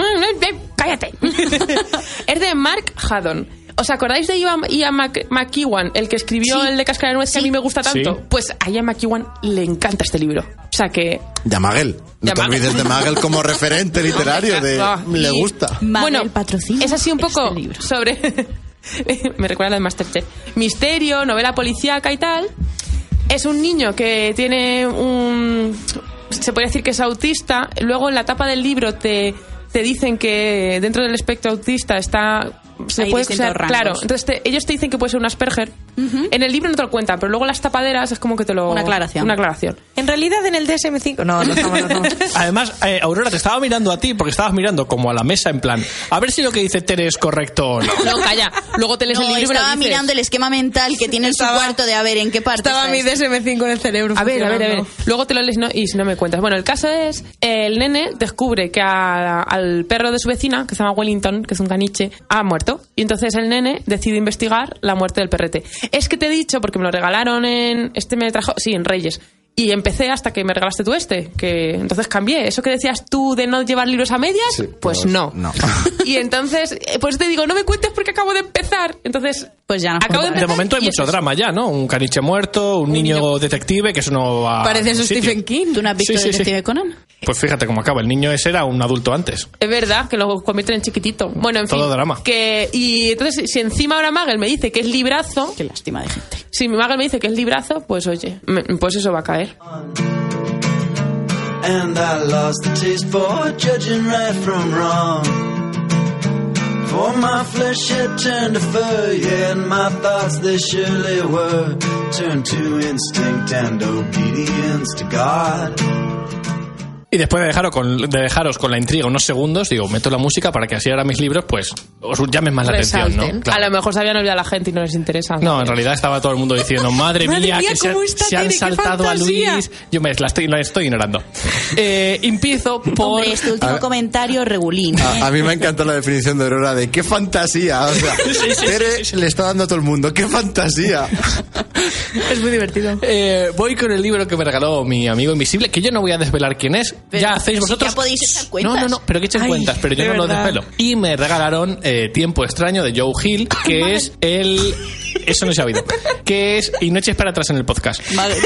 Speaker 3: Cállate. es de Mark Haddon. ¿Os acordáis de Ian, Ian Mc- McEwan, el que escribió
Speaker 1: Sí.
Speaker 3: el de Cascara de Nuez que a mí me gusta tanto?
Speaker 4: Sí.
Speaker 3: Pues a Ian McEwan le encanta este libro. O sea que
Speaker 5: Ya Magel. No
Speaker 3: Ya
Speaker 5: te
Speaker 3: Magel.
Speaker 5: olvides de Magel como referente literario. de
Speaker 3: Ah,
Speaker 5: Le
Speaker 3: y-
Speaker 5: gusta.
Speaker 1: Madre, el patrocinio
Speaker 3: Es así un poco
Speaker 1: este libro.
Speaker 3: sobre. me recuerda lo de Masterchef. Misterio, novela policíaca y tal. Es un niño que tiene un. se puede decir que es autista. Luego en la tapa del libro te, te dicen que dentro del espectro autista está... Se
Speaker 1: Hay
Speaker 3: puede
Speaker 1: distintos
Speaker 3: usar-
Speaker 1: rangos.
Speaker 3: claro, entonces te- ellos te dicen que puede ser un Asperger. En el libro no te lo cuentan, pero luego las tapaderas es como que te lo...
Speaker 1: Una aclaración.
Speaker 3: Una aclaración.
Speaker 6: En realidad en el DSM5... No, no estamos, no estamos.
Speaker 4: Además, eh, Aurora, te estaba mirando a ti porque estabas mirando como a la mesa en plan, a ver si lo que dice Tere es correcto o no.
Speaker 3: No, calla. Luego te lees
Speaker 1: No,
Speaker 3: el libro y me lo
Speaker 1: estaba
Speaker 3: dices.
Speaker 1: mirando el esquema mental que tiene en su
Speaker 6: Estaba-
Speaker 1: cuarto de a ver en qué parte
Speaker 6: Estaba
Speaker 1: está
Speaker 6: mi
Speaker 1: esto.
Speaker 6: DSM5 en el cerebro.
Speaker 3: A ver, a ver, a ver.
Speaker 6: funcionando.
Speaker 3: Luego te lo lees ¿no? y si no me cuentas. Bueno, el caso es, eh, el nene descubre que a- al perro de su vecina, que se llama Wellington, que es un caniche, ha muerto. Y entonces el nene decide investigar la muerte del perrete. Es que te he dicho, porque me lo regalaron en... Este me trajo... Sí, en Reyes. Y empecé hasta que me regalaste tú este, que entonces cambié. Eso que decías tú de no llevar libros a medias,
Speaker 5: Sí,
Speaker 3: pues,
Speaker 5: pues
Speaker 3: no.
Speaker 5: no.
Speaker 3: y entonces, eh, pues te digo, no me cuentes porque acabo de empezar. Entonces,
Speaker 1: Pues ya no.
Speaker 3: acabo de
Speaker 4: De
Speaker 3: empezar.
Speaker 4: momento hay
Speaker 3: y
Speaker 4: mucho
Speaker 3: es eso.
Speaker 4: drama ya, ¿no? Un caniche muerto, un, niño, detective, que eso no va. a
Speaker 6: Pareces
Speaker 4: ningún Ah, sitio.
Speaker 6: Stephen King.
Speaker 1: ¿Tú no has visto
Speaker 4: Sí, sí, sí.
Speaker 1: Detective Conan?
Speaker 4: Pues fíjate cómo acaba. El niño ese era un adulto antes.
Speaker 3: Es verdad, que lo convierten en chiquitito. Bueno, en
Speaker 4: Todo
Speaker 3: fin.
Speaker 4: drama.
Speaker 3: Que, y entonces, si encima ahora Magel me dice que es librazo,
Speaker 1: Qué lástima de gente.
Speaker 3: si Magel me dice que es librazo, pues oye, me- pues eso va a caer.
Speaker 7: And I lost the taste for judging right from wrong. For my flesh had turned to fur, yeah, and my thoughts they surely were turned to instinct and obedience to God.
Speaker 4: Y después de dejaros con, de dejaros con la intriga unos segundos, digo, meto la música para que así ahora mis libros, pues, os llamen más la atención,
Speaker 3: Resalten.
Speaker 4: ¿no? Claro.
Speaker 3: A lo mejor se habían olvidado la gente y no les interesa.
Speaker 4: No, en realidad estaba todo el mundo diciendo, madre,
Speaker 3: Madre mía,
Speaker 4: que se,
Speaker 3: ¿cómo está
Speaker 4: se han
Speaker 3: Tere? ¡Qué
Speaker 4: saltado a
Speaker 3: fantasía!
Speaker 4: Luis. Yo me la estoy, la estoy ignorando. Eh, empiezo por...
Speaker 1: Hombre, este último
Speaker 5: ver. Ah.
Speaker 1: comentario regulín.
Speaker 5: A, a mí me encanta la definición de Aurora de qué fantasía. O sea, Tere le está dando a todo el mundo, qué fantasía.
Speaker 6: Es muy divertido.
Speaker 4: Eh, voy con el libro que me regaló mi amigo invisible, que yo no voy a desvelar quién es.
Speaker 1: Pero
Speaker 4: ya hacéis
Speaker 1: si
Speaker 4: vosotros.
Speaker 1: ya podéis echar cuentas.
Speaker 4: No, no, no, pero que echen
Speaker 6: Ay,
Speaker 4: cuentas, pero yo
Speaker 6: de
Speaker 4: no lo
Speaker 6: verdad.
Speaker 4: desvelo. Y me regalaron eh, Tiempo Extraño de Joe Hill, que es el. Eso no se ha oído. Que es. Y no eches para atrás en el podcast.
Speaker 1: Vale.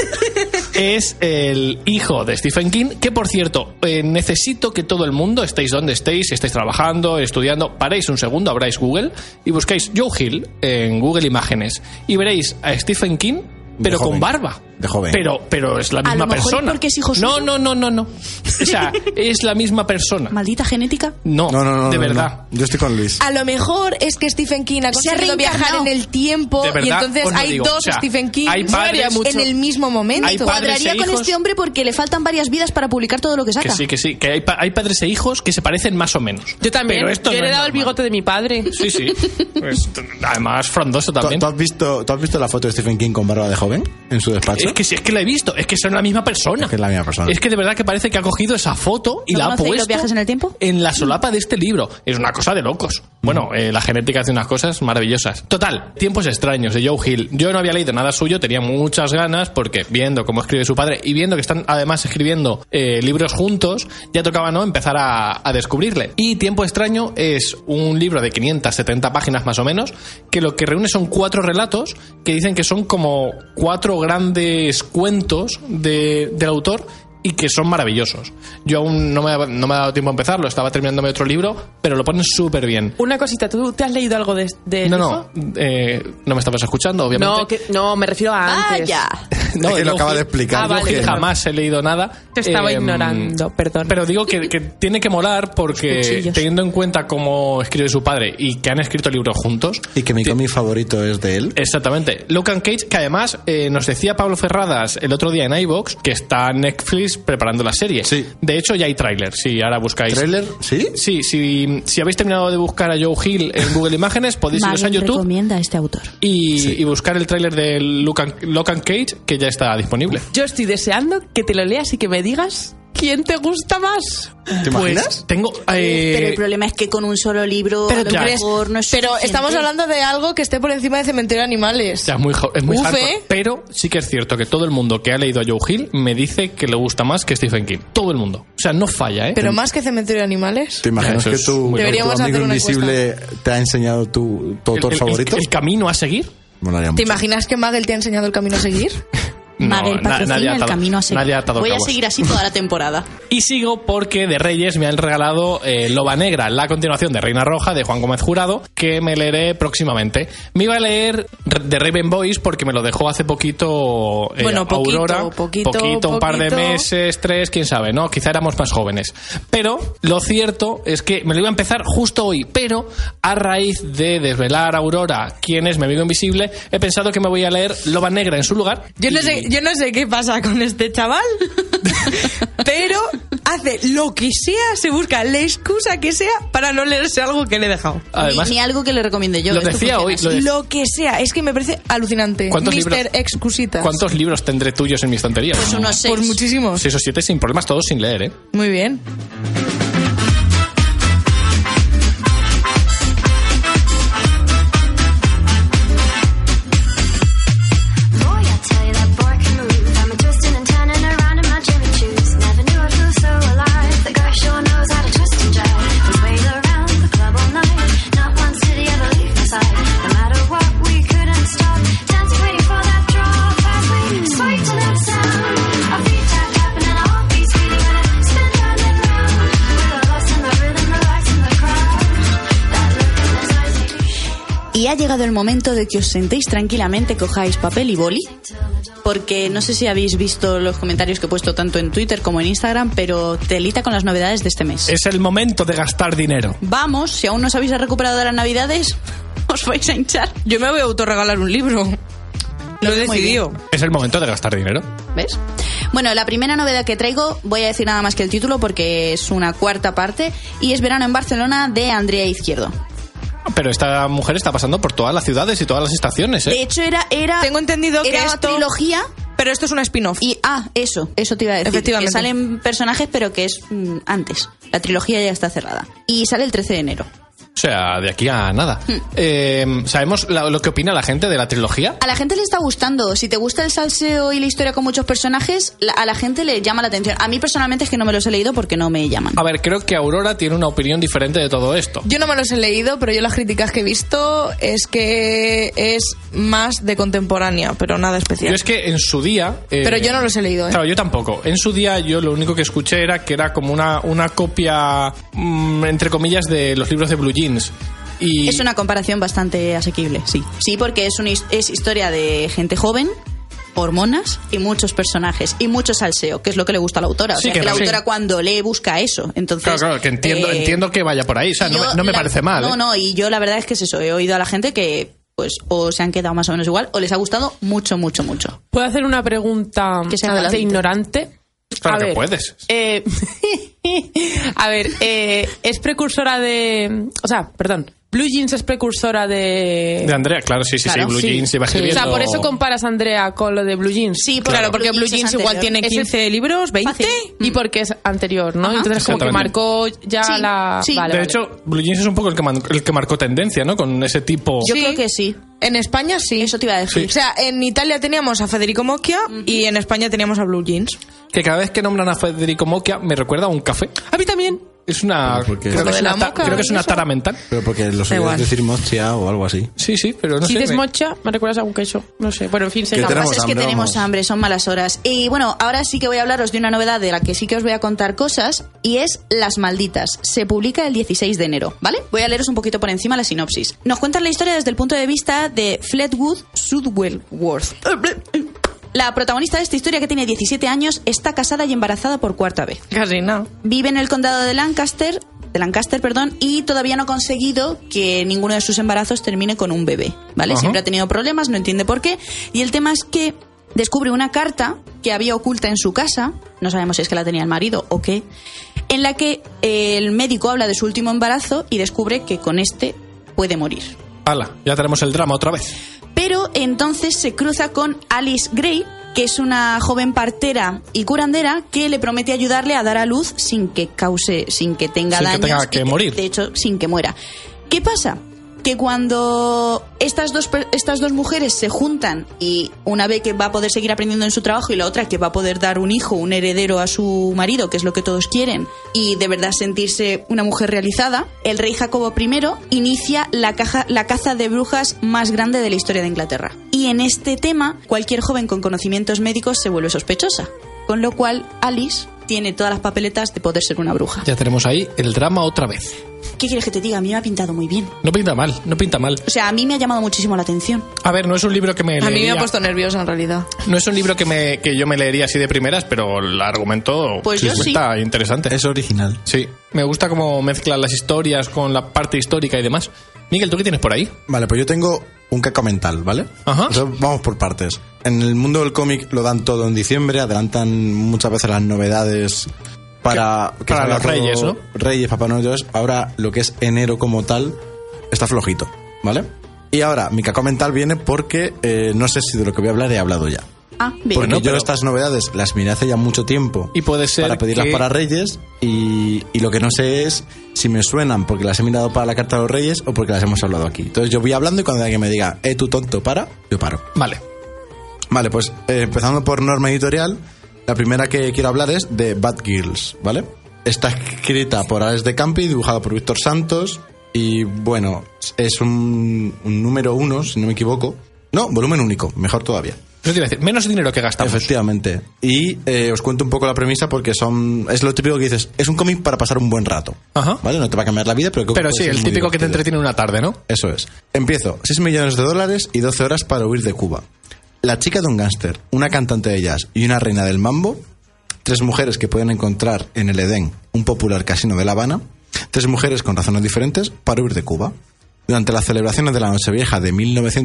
Speaker 4: Es el hijo de Stephen King, que por cierto, eh, necesito que todo el mundo, estéis donde estéis, si estáis trabajando, estudiando, paréis un segundo, abráis Google y buscáis Joe Hill en Google Imágenes y veréis a Stephen King, pero con
Speaker 5: joven.
Speaker 4: barba.
Speaker 5: De joven.
Speaker 4: Pero, pero es la
Speaker 1: lo
Speaker 4: misma
Speaker 1: mejor es
Speaker 4: persona.
Speaker 1: porque es hijo
Speaker 4: no,
Speaker 1: suyo.
Speaker 4: no, no, no, no. O sea, es la misma persona.
Speaker 1: Maldita genética.
Speaker 4: No,
Speaker 5: No, no, no.
Speaker 4: de
Speaker 5: no, no.
Speaker 4: verdad.
Speaker 5: Yo estoy con Luis.
Speaker 6: A lo mejor es que Stephen King ha
Speaker 1: Se ha
Speaker 6: conseguido viajar
Speaker 1: reencarnado.
Speaker 6: en el tiempo
Speaker 4: De verdad,
Speaker 6: y entonces
Speaker 4: os lo
Speaker 6: hay
Speaker 4: digo,
Speaker 6: dos
Speaker 4: o sea,
Speaker 6: Stephen King
Speaker 4: hay padres-
Speaker 6: en el mismo momento.
Speaker 4: Hay padres-
Speaker 1: Cuadraría
Speaker 4: e
Speaker 1: con
Speaker 4: hijos.
Speaker 1: este hombre porque le faltan varias vidas para publicar todo lo que
Speaker 4: Que
Speaker 1: saca.
Speaker 4: sí, que sí. Que hay, pa- hay padres e hijos que se parecen más o menos.
Speaker 3: Yo también.
Speaker 4: Pero esto
Speaker 3: Yo
Speaker 4: no
Speaker 3: le he
Speaker 4: es
Speaker 3: dado el
Speaker 4: normal.
Speaker 3: bigote de mi padre.
Speaker 4: Sí, sí. Pues, t- además, frondoso
Speaker 5: ¿Tú,
Speaker 4: también.
Speaker 5: tú has visto, ¿Tú has visto la foto de Stephen King con barba de joven en su despacho?
Speaker 4: Es que sí, es que la he visto, es que son la misma persona.
Speaker 5: Es que es la misma persona.
Speaker 4: Es que de verdad que parece que ha cogido esa foto y
Speaker 1: ¿No
Speaker 4: la ha
Speaker 1: conocéis
Speaker 4: puesto
Speaker 1: los viajes en el tiempo? Mm.
Speaker 4: en la solapa de este libro. Es una cosa de locos. Bueno, eh, la genética hace unas cosas maravillosas. Total, Tiempos extraños de Joe Hill. Yo no había leído nada suyo, tenía muchas ganas porque viendo cómo escribe su padre y viendo que están además escribiendo eh, libros juntos, ya tocaba no empezar a, a descubrirle. Y Tiempo extraño es un libro de 570 páginas más o menos que lo que reúne son cuatro relatos que dicen que son como cuatro grandes cuentos de- del autor y que son maravillosos. Yo aún no me, ha- no me ha dado tiempo a empezarlo, estaba terminándome otro libro, pero lo ponen súper bien.
Speaker 3: Una cosita, ¿tú te has leído algo de, de
Speaker 4: No,
Speaker 3: eso?
Speaker 4: no, eh, no me estabas escuchando, obviamente.
Speaker 3: No, que- no, me refiero a antes.
Speaker 1: Vaya.
Speaker 4: No,
Speaker 5: Es que lo
Speaker 4: yo
Speaker 5: acaba de
Speaker 4: ju-
Speaker 5: explicar.
Speaker 3: Ah,
Speaker 4: yo
Speaker 3: vale.
Speaker 4: ju- jamás he leído nada.
Speaker 3: Te estaba
Speaker 4: Em,
Speaker 3: ignorando, perdón.
Speaker 4: Pero digo que, que tiene que molar porque
Speaker 3: Cuchillos.
Speaker 4: teniendo en cuenta cómo escribe su padre y que han escrito libros juntos,
Speaker 5: Y que mi cómic favorito es de él.
Speaker 4: Exactamente. Luke and Cage, que además eh, nos decía Pablo Ferradas el otro día en iBox que está Netflix preparando la serie.
Speaker 5: Sí.
Speaker 4: De hecho, ya hay tráiler, si ahora buscáis.
Speaker 5: ¿Trailer? ¿Sí?
Speaker 4: Sí, si, si habéis terminado de buscar a Joe Hill en Google Imágenes, podéis iros a
Speaker 1: Magel
Speaker 4: YouTube
Speaker 1: recomienda a este autor.
Speaker 4: y, y buscar el tráiler de Luke and, Luke and Cage, que ya está disponible.
Speaker 3: Yo estoy deseando que te lo leas y que me digas quién te gusta más.
Speaker 5: ¿Te imaginas?
Speaker 4: Pues tengo... eh,
Speaker 1: pero el problema es que con un solo libro
Speaker 4: pero
Speaker 1: a lo
Speaker 4: claro.
Speaker 1: mejor no es
Speaker 6: Pero
Speaker 1: suficiente.
Speaker 6: estamos hablando de algo que esté por encima de Cementerio de Animales.
Speaker 4: ya es muy, jo- es muy
Speaker 6: Uf,
Speaker 4: hardcore,
Speaker 6: ¿eh?
Speaker 4: pero sí que es cierto que todo el mundo que ha leído a Joe Hill me dice que le gusta más que Stephen King. Todo el mundo. O sea, no falla, ¿eh?
Speaker 6: Pero más que Cementerio de Animales.
Speaker 5: ¿Te imaginas
Speaker 4: Eso
Speaker 5: que
Speaker 4: es
Speaker 5: tu,
Speaker 4: muy
Speaker 6: Deberíamos
Speaker 5: tu
Speaker 6: hacer
Speaker 5: amigo
Speaker 6: una
Speaker 5: invisible te ha enseñado tu, tu
Speaker 4: El-
Speaker 5: autor
Speaker 4: el-
Speaker 5: favorito?
Speaker 4: El, el camino a seguir.
Speaker 5: Molaría
Speaker 6: ¿Te
Speaker 5: mucho.
Speaker 6: imaginas que Magel te ha enseñado el camino a seguir?
Speaker 4: No,
Speaker 1: Magel
Speaker 4: na-
Speaker 1: patrocina
Speaker 4: nadie ha
Speaker 1: el
Speaker 4: atado-
Speaker 1: camino a seguir.
Speaker 4: nadie ha atado
Speaker 1: Voy
Speaker 4: cabos.
Speaker 1: a seguir así toda la temporada.
Speaker 4: Y sigo porque de Reyes me han regalado eh, Loba Negra, la continuación de Reina Roja de Juan Gómez Jurado, que me leeré próximamente. Me iba a leer de Raven Boys porque me lo dejó hace poquito eh,
Speaker 6: Bueno, poquito,
Speaker 4: Aurora.
Speaker 6: poquito,
Speaker 4: un par de
Speaker 6: poquito.
Speaker 4: meses, tres, quién sabe, ¿no? Quizá éramos más jóvenes. Pero lo cierto es que me lo iba a empezar justo hoy, pero a raíz de desvelar a Aurora quién es mi amigo invisible, he pensado que me voy a leer Loba Negra en su lugar.
Speaker 6: Yo no,
Speaker 4: Y-
Speaker 6: sé, yo no sé qué pasa con este chaval, pero hace lo que sea, se busca la excusa que sea para no leerse algo que le he dejado.
Speaker 4: Además,
Speaker 1: ni, ni algo que le recomiende yo.
Speaker 4: lo
Speaker 1: esto
Speaker 4: decía
Speaker 1: funciona
Speaker 4: hoy,
Speaker 1: así.
Speaker 4: lo de-
Speaker 6: Lo que sea, es que me parece alucinante.
Speaker 4: ¿Cuántos
Speaker 6: Mister
Speaker 4: libros-
Speaker 6: Excusitas.
Speaker 4: ¿Cuántos libros tendré tuyos en mi estantería?
Speaker 1: Pues unos seis.
Speaker 6: Pues muchísimos.
Speaker 4: Seis o siete sin problemas, todos sin leer, ¿eh?
Speaker 6: Muy bien.
Speaker 2: Boy, I tell you that boy can move. I'm a twisting and turning around in my Jimmy shoes. Never knew I feel so alive. The guy sure knows how to twist and jive. He's wave around the club all night. Not once did he ever leave my side. No matter what, we couldn't stop. Dancing, waiting for that drop. As we swayed to that sound. Our feet tap tapping and our heartbeats beating. And it spin round and round. We got lost in the rhythm, relaxed in the crowd. That look in his eyes made me sure.
Speaker 1: Y ha llegado el momento de que os sentéis tranquilamente, cojáis papel y boli, porque no sé si habéis visto los comentarios que he puesto tanto en Twitter como en Instagram, pero telita con las novedades de este mes.
Speaker 4: Es el momento de gastar dinero.
Speaker 1: Vamos, si aún no os habéis recuperado de las navidades, os vais a hinchar.
Speaker 6: Yo me voy a autorregalar un libro. Lo he
Speaker 1: veo muy
Speaker 6: decidido.
Speaker 4: Es el momento de gastar dinero.
Speaker 1: ¿Ves? Bueno, la primera novedad que traigo, voy a decir nada más que el título porque es una cuarta parte, y es Verano en Barcelona de Andrea Izquierdo.
Speaker 4: Pero esta mujer está pasando por todas las ciudades y todas las estaciones,
Speaker 1: De
Speaker 4: ¿eh?
Speaker 1: hecho, era... era
Speaker 6: Tengo entendido que
Speaker 1: era
Speaker 6: esto-
Speaker 1: trilogía
Speaker 6: Pero esto es una spin-off.
Speaker 1: Y ah, eso, eso te iba a decir.
Speaker 6: Efectivamente.
Speaker 1: Que salen personajes, pero que es mm, antes. La trilogía ya está cerrada. Y sale el 13 de enero.
Speaker 4: O sea, de aquí a nada.
Speaker 6: Hmm.
Speaker 4: Eh, ¿Sabemos la- lo que opina la gente de la trilogía?
Speaker 1: A la gente le está gustando. Si te gusta el salseo y la historia con muchos personajes, la- a la gente le llama la atención. A mí personalmente es que no me los he leído porque no me llaman.
Speaker 4: A ver, creo que Aurora tiene una opinión diferente de todo esto.
Speaker 6: Yo no me los he leído, pero yo las críticas que he visto es que es más de contemporánea, pero nada especial.
Speaker 4: Yo es que en su día... eh,
Speaker 6: Pero yo no los he leído, ¿eh?
Speaker 4: Claro, yo tampoco. En su día yo lo único que escuché era que era como una, una copia, mm, entre comillas, de los libros de Blue Jeans. Y
Speaker 1: Es una comparación bastante asequible, sí. Sí, porque es, una his- es historia de gente joven, hormonas y muchos personajes. Y mucho salseo, que es lo que le gusta a la autora. O
Speaker 4: Sí,
Speaker 1: sea,
Speaker 4: que
Speaker 1: que, la
Speaker 4: no, sí.
Speaker 1: autora cuando lee busca eso. Entonces,
Speaker 4: Claro, claro, que entiendo,
Speaker 1: eh,
Speaker 4: entiendo que vaya por ahí. O sea,
Speaker 1: Y
Speaker 4: no,
Speaker 1: yo
Speaker 4: me- no me
Speaker 1: la-
Speaker 4: parece mal.
Speaker 1: No,
Speaker 4: ¿eh?
Speaker 1: no, y yo la verdad es que es eso. He oído a la gente que pues o se han quedado más o menos igual o les ha gustado mucho, mucho, mucho.
Speaker 3: ¿Puedo hacer una pregunta
Speaker 1: Que se
Speaker 3: de
Speaker 1: adelante.
Speaker 3: ignorante?
Speaker 4: Claro
Speaker 3: A
Speaker 4: que
Speaker 3: ver,
Speaker 4: puedes.
Speaker 3: eh, a ver, eh, es precursora de. O sea, perdón. Blue Jeans es precursora de.
Speaker 4: De Andrea, claro, sí, sí,
Speaker 1: Claro,
Speaker 4: sí. Blue
Speaker 1: sí.
Speaker 4: Jeans iba
Speaker 1: Sí.
Speaker 3: o
Speaker 4: escribiendo.
Speaker 3: sea, por eso comparas a Andrea con lo de Blue Jeans.
Speaker 1: Sí, porque
Speaker 6: Claro, porque Blue
Speaker 1: es
Speaker 6: Jeans igual
Speaker 1: anterior.
Speaker 6: tiene
Speaker 1: Es el-
Speaker 6: 15 libros, 20.
Speaker 1: Fácil.
Speaker 3: Y
Speaker 6: Mm.
Speaker 3: porque es anterior, ¿no?
Speaker 1: Ajá.
Speaker 3: Entonces como que
Speaker 4: Exactamente.
Speaker 3: marcó ya
Speaker 1: Sí,
Speaker 3: la...
Speaker 1: sí.
Speaker 3: Vale,
Speaker 4: De
Speaker 3: vale.
Speaker 4: hecho, Blue Jeans es un poco el que, man- el que marcó tendencia, ¿no? Con ese tipo.
Speaker 1: Yo creo que sí.
Speaker 6: En España sí.
Speaker 1: Eso te iba a decir.
Speaker 6: O sea, en Italia teníamos a Federico Mocchia y en España teníamos a Blue Jeans.
Speaker 4: Que cada vez que nombran a Federico Mocchia me recuerda a un café.
Speaker 3: A mí también.
Speaker 4: Es una.
Speaker 5: Pero porque-
Speaker 4: Creo que
Speaker 5: Lo
Speaker 4: es
Speaker 6: de
Speaker 4: una,
Speaker 6: la
Speaker 4: ta-
Speaker 6: moca
Speaker 4: creo que es
Speaker 6: y
Speaker 4: una
Speaker 6: eso.
Speaker 4: tara mental.
Speaker 5: Pero porque los oídos
Speaker 6: Da igual.
Speaker 5: decir mochia o algo así.
Speaker 4: Sí, sí, pero no
Speaker 3: si
Speaker 4: sé.
Speaker 3: dices
Speaker 4: me-
Speaker 3: mocha, me recuerdas a un queso. No sé. Bueno, en fin,
Speaker 5: Que
Speaker 3: sigamos.
Speaker 5: tenemos
Speaker 1: Lo que pasa es
Speaker 5: hambre,
Speaker 1: que tenemos
Speaker 5: vamos.
Speaker 1: hambre, son malas horas. Y bueno, ahora sí que voy a hablaros de una novedad de la que sí que os voy a contar cosas y es Las Malditas. Se publica el 16 de enero, ¿vale? Voy a leeros un poquito por encima la sinopsis. Nos cuentan la historia desde el punto de vista de Fledwood Sudwellworth. La protagonista de esta historia, que tiene 17 años, está casada y embarazada por cuarta vez
Speaker 6: Casi no.
Speaker 1: vive en el condado de Lancaster, de Lancaster, perdón, y todavía no ha conseguido que ninguno de sus embarazos termine con un bebé, ¿vale?
Speaker 4: Ajá.
Speaker 1: Siempre ha tenido problemas, no entiende por qué, y el tema es que descubre una carta que había oculta en su casa, no sabemos si es que la tenía el marido o qué, en la que eh, el médico habla de su último embarazo y descubre que con este puede morir.
Speaker 4: Ala, ya tenemos el drama otra vez.
Speaker 1: Pero entonces se cruza con Alice Gray, que es una joven partera y curandera que le promete ayudarle a dar a luz sin que cause, sin que tenga
Speaker 4: Sin que
Speaker 1: daños
Speaker 4: tenga
Speaker 1: y
Speaker 4: que morir.
Speaker 1: De hecho, sin que muera. ¿Qué pasa? que cuando estas dos, per- estas dos mujeres se juntan y una ve que va a poder seguir aprendiendo en su trabajo y la otra que va a poder dar un hijo, un heredero a su marido, que es lo que todos quieren, y de verdad sentirse una mujer realizada, el rey Jacobo I inicia la, caja- la caza de brujas más grande de la historia de Inglaterra. Y en este tema, cualquier joven con conocimientos médicos se vuelve sospechosa, con lo cual Alice tiene todas las papeletas de poder ser una bruja.
Speaker 4: Ya tenemos ahí el drama otra vez.
Speaker 1: ¿Qué quieres que te diga? A mí me ha pintado muy bien.
Speaker 4: No pinta mal, no pinta mal.
Speaker 1: O sea, a mí me ha llamado muchísimo la atención.
Speaker 4: A ver, no es un libro que me
Speaker 6: A mí me
Speaker 4: leería-
Speaker 6: ha puesto nerviosa en realidad.
Speaker 4: No es un libro que, me, que yo me leería así de primeras, pero el argumento
Speaker 1: Pues yo sí.
Speaker 4: está interesante.
Speaker 5: Es original.
Speaker 4: Sí, me gusta cómo mezclan las historias con la parte histórica y demás. Miguel, ¿tú qué tienes por ahí?
Speaker 5: Vale, pues yo tengo un caca mental, ¿vale?
Speaker 4: Ajá.
Speaker 5: Eso vamos por partes. En el mundo del cómic lo dan todo en diciembre, adelantan muchas veces las novedades para,
Speaker 4: Que- para
Speaker 5: salga
Speaker 4: los
Speaker 5: todo-
Speaker 4: Reyes, ¿no?
Speaker 5: Reyes, Papá Noel, todo eso. ahora lo que es enero como tal está flojito, ¿vale? Y ahora, mi caca mental viene porque eh, no sé si de lo que voy a hablar he hablado ya.
Speaker 1: Ah, bien.
Speaker 5: Porque
Speaker 4: no,
Speaker 5: yo
Speaker 4: pero-
Speaker 5: estas novedades las miré hace ya mucho tiempo.
Speaker 4: Y puede ser
Speaker 5: Para pedirlas
Speaker 4: que-
Speaker 5: para Reyes. Y, y lo que no sé es si me suenan porque las he mirado para la carta de los Reyes o porque las hemos hablado aquí. Entonces yo voy hablando y cuando alguien me diga, eh, tú tonto, para, yo paro.
Speaker 4: Vale.
Speaker 5: Vale, pues eh, empezando por norma editorial, la primera que quiero hablar es de Bad Girls, ¿vale? Está escrita por Alex de Campi, dibujada por Víctor Santos y bueno, es un, un número uno, si no me equivoco. No, volumen único, mejor todavía.
Speaker 4: Eso te iba a decir, menos dinero que gastamos.
Speaker 5: Efectivamente. Y eh, os cuento un poco la premisa porque son es lo típico que dices, es un cómic para pasar un buen rato.
Speaker 4: Ajá.
Speaker 5: ¿Vale? No te va a cambiar la vida, pero creo que
Speaker 4: Pero
Speaker 5: puede
Speaker 4: sí,
Speaker 5: ser
Speaker 4: el
Speaker 5: muy
Speaker 4: típico que te
Speaker 5: divertido.
Speaker 4: entretiene una tarde, ¿no?
Speaker 5: Eso es. Empiezo. 6 millones de dólares y 12 horas para huir de Cuba. La chica de un gángster, una cantante de jazz y una reina del mambo. Tres mujeres que pueden encontrar en el Edén, un popular casino de La Habana. Tres mujeres con razones diferentes para huir de Cuba. Durante las celebraciones de la Nochevieja de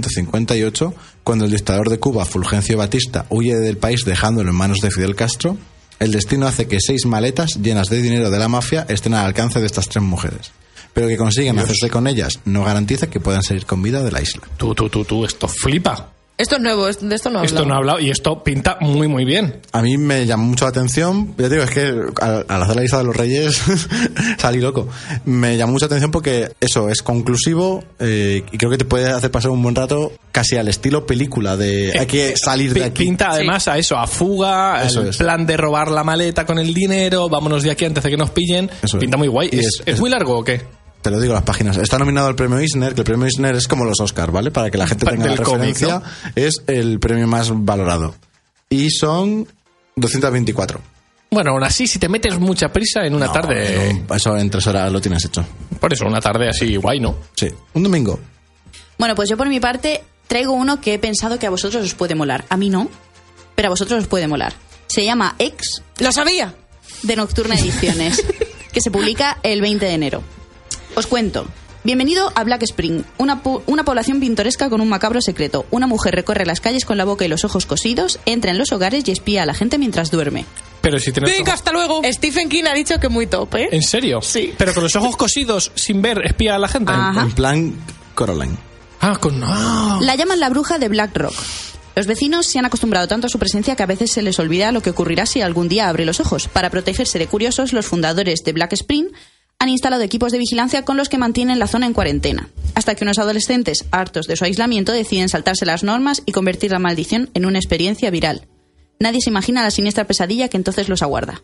Speaker 5: 1958, cuando el dictador de Cuba, Fulgencio Batista, huye del país dejándolo en manos de Fidel Castro, el destino hace que seis maletas llenas de dinero de la mafia estén al alcance de estas tres mujeres pero que consiguen hacerse con ellas no garantiza que puedan salir con vida de la isla.
Speaker 4: Tú, tú, tú, tú, esto flipa.
Speaker 6: Esto es nuevo, es- de esto no hablo.
Speaker 4: Esto no ha hablado y esto pinta muy, muy bien.
Speaker 5: A mí me llamó mucho la atención, ya te digo, es que al, al hacer la lista de los reyes salí loco. Me llamó mucho la atención porque eso es conclusivo eh, y creo que te puede hacer pasar un buen rato casi al estilo película de hay que salir de
Speaker 4: Pi-
Speaker 5: aquí.
Speaker 4: Eh, Pinta además a eso, a fuga,
Speaker 5: Eso
Speaker 4: al
Speaker 5: es.
Speaker 4: plan de robar la maleta con el dinero, vámonos de aquí antes de que nos pillen.
Speaker 5: Eso es.
Speaker 4: pinta muy guay.
Speaker 5: Y
Speaker 4: ¿Es,
Speaker 5: es-
Speaker 4: es
Speaker 5: es-
Speaker 4: muy largo o qué?
Speaker 5: Te lo digo las páginas. Está nominado al premio Isner, que el premio Isner es como los Oscar, ¿vale? Para que la gente
Speaker 4: Pa-
Speaker 5: tenga la
Speaker 4: del cómic,
Speaker 5: referencia, es el premio más valorado. Y son 224.
Speaker 4: Bueno, aún así, si te metes mucha prisa en una
Speaker 5: No,
Speaker 4: tarde.
Speaker 5: en un- Eso en tres horas lo tienes hecho.
Speaker 4: Por eso, una tarde así guay, ¿no?
Speaker 5: Sí. Un domingo.
Speaker 1: Bueno, pues yo por mi parte traigo uno que he pensado que a vosotros os puede molar. A mí no, pero a vosotros os puede molar. Se llama Ex
Speaker 6: ¿Lo sabía?
Speaker 1: de Nocturna Ediciones, que se publica el 20 de enero. Os cuento. Bienvenido a Black Spring, una, pu- una población pintoresca con un macabro secreto. Una mujer recorre las calles con la boca y los ojos cosidos, entra en los hogares y espía a la gente mientras duerme.
Speaker 4: Pero si tienes.
Speaker 6: Venga, hasta luego. Stephen King ha dicho que muy top, ¿eh?
Speaker 4: ¿En serio?
Speaker 6: Sí.
Speaker 4: Pero con los ojos cosidos, sin ver, espía a la gente.
Speaker 1: Ajá.
Speaker 5: En plan Coraline.
Speaker 4: Ah, con. ah.
Speaker 1: La llaman la bruja de Black Rock. Los vecinos se han acostumbrado tanto a su presencia que a veces se les olvida lo que ocurrirá si algún día abre los ojos. Para protegerse de curiosos, los fundadores de Black Spring han instalado equipos de vigilancia con los que mantienen la zona en cuarentena, hasta que unos adolescentes, hartos de su aislamiento, deciden saltarse las normas y convertir la maldición en una experiencia viral. Nadie se imagina la siniestra pesadilla que entonces los aguarda.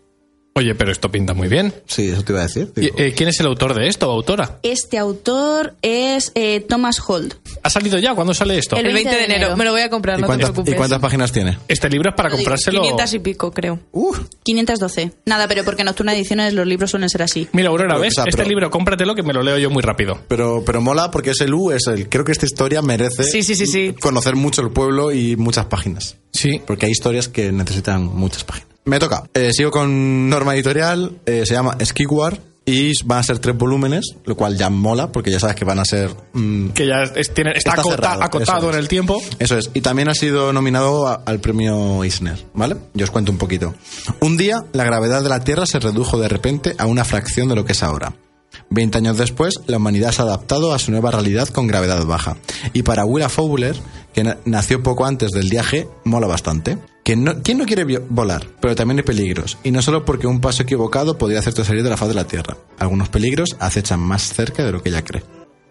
Speaker 4: Oye, pero esto pinta muy bien.
Speaker 5: Sí, eso te iba a decir.
Speaker 4: Y,
Speaker 5: digo.
Speaker 4: eh, ¿Quién es el autor de esto, autora?
Speaker 1: Este autor es eh, Thomas Holt.
Speaker 4: ¿Ha salido ya? ¿Cuándo sale esto?
Speaker 1: El
Speaker 6: El 20 de enero. Me lo voy a comprar,
Speaker 5: ¿Y
Speaker 6: no te
Speaker 5: cuántas,
Speaker 6: preocupes.
Speaker 5: y cuántas páginas tiene?
Speaker 4: Este libro es para comprárselo.
Speaker 6: 500 y pico, creo.
Speaker 5: Uh,
Speaker 1: 512. Nada, pero porque en Nocturna Ediciones los libros suelen ser así.
Speaker 4: Mira, Aurora,
Speaker 5: Pero,
Speaker 4: ¿ves?
Speaker 5: o sea,
Speaker 4: este
Speaker 5: pero-
Speaker 4: libro cómpratelo que me lo leo yo muy rápido.
Speaker 5: pero, pero mola porque es el U, es el. Creo que esta historia merece
Speaker 6: Sí, sí, sí, sí.
Speaker 5: conocer mucho el pueblo y muchas páginas.
Speaker 4: Sí.
Speaker 5: Porque hay historias que necesitan muchas páginas. Me toca. Eh, sigo con Norma Editorial, eh, se llama Skiwar y van a ser tres volúmenes, lo cual ya mola porque ya sabes que van a ser mm,
Speaker 4: Que ya es- tiene- está, acota-
Speaker 5: cerrado,
Speaker 4: acotado
Speaker 5: eso es.
Speaker 4: en el tiempo.
Speaker 5: Eso es. Y también ha sido nominado a- al premio Isner, ¿vale? Yo os cuento un poquito. Un día, la gravedad de la Tierra se redujo de repente a una fracción de lo que es ahora. Veinte años después, la humanidad se ha adaptado a su nueva realidad con gravedad baja. Y para Willa Fowler, que na- nació poco antes del viaje, mola bastante. Que no, ¿Quién no quiere vio- volar? Pero también hay peligros. Y no solo porque un paso equivocado podría hacerte salir de la faz de la Tierra. Algunos peligros acechan más cerca de lo que ella cree.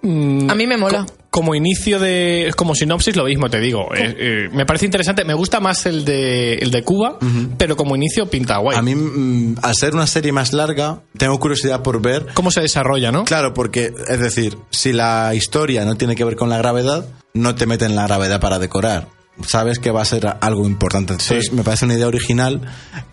Speaker 6: A mí me mola.
Speaker 4: Co- como inicio de. Como sinopsis, lo mismo te digo. Eh, eh, me parece interesante. Me gusta más el de, el de Cuba, pero como inicio pinta guay.
Speaker 5: A mí, mm, al ser una serie más larga, tengo curiosidad por ver
Speaker 4: ¿Cómo se desarrolla, no?
Speaker 5: Claro, porque, es decir, si la historia no tiene que ver con la gravedad, no te meten la gravedad para decorar. Sabes que va a ser algo importante. Entonces,
Speaker 4: Sí.
Speaker 5: me parece una idea original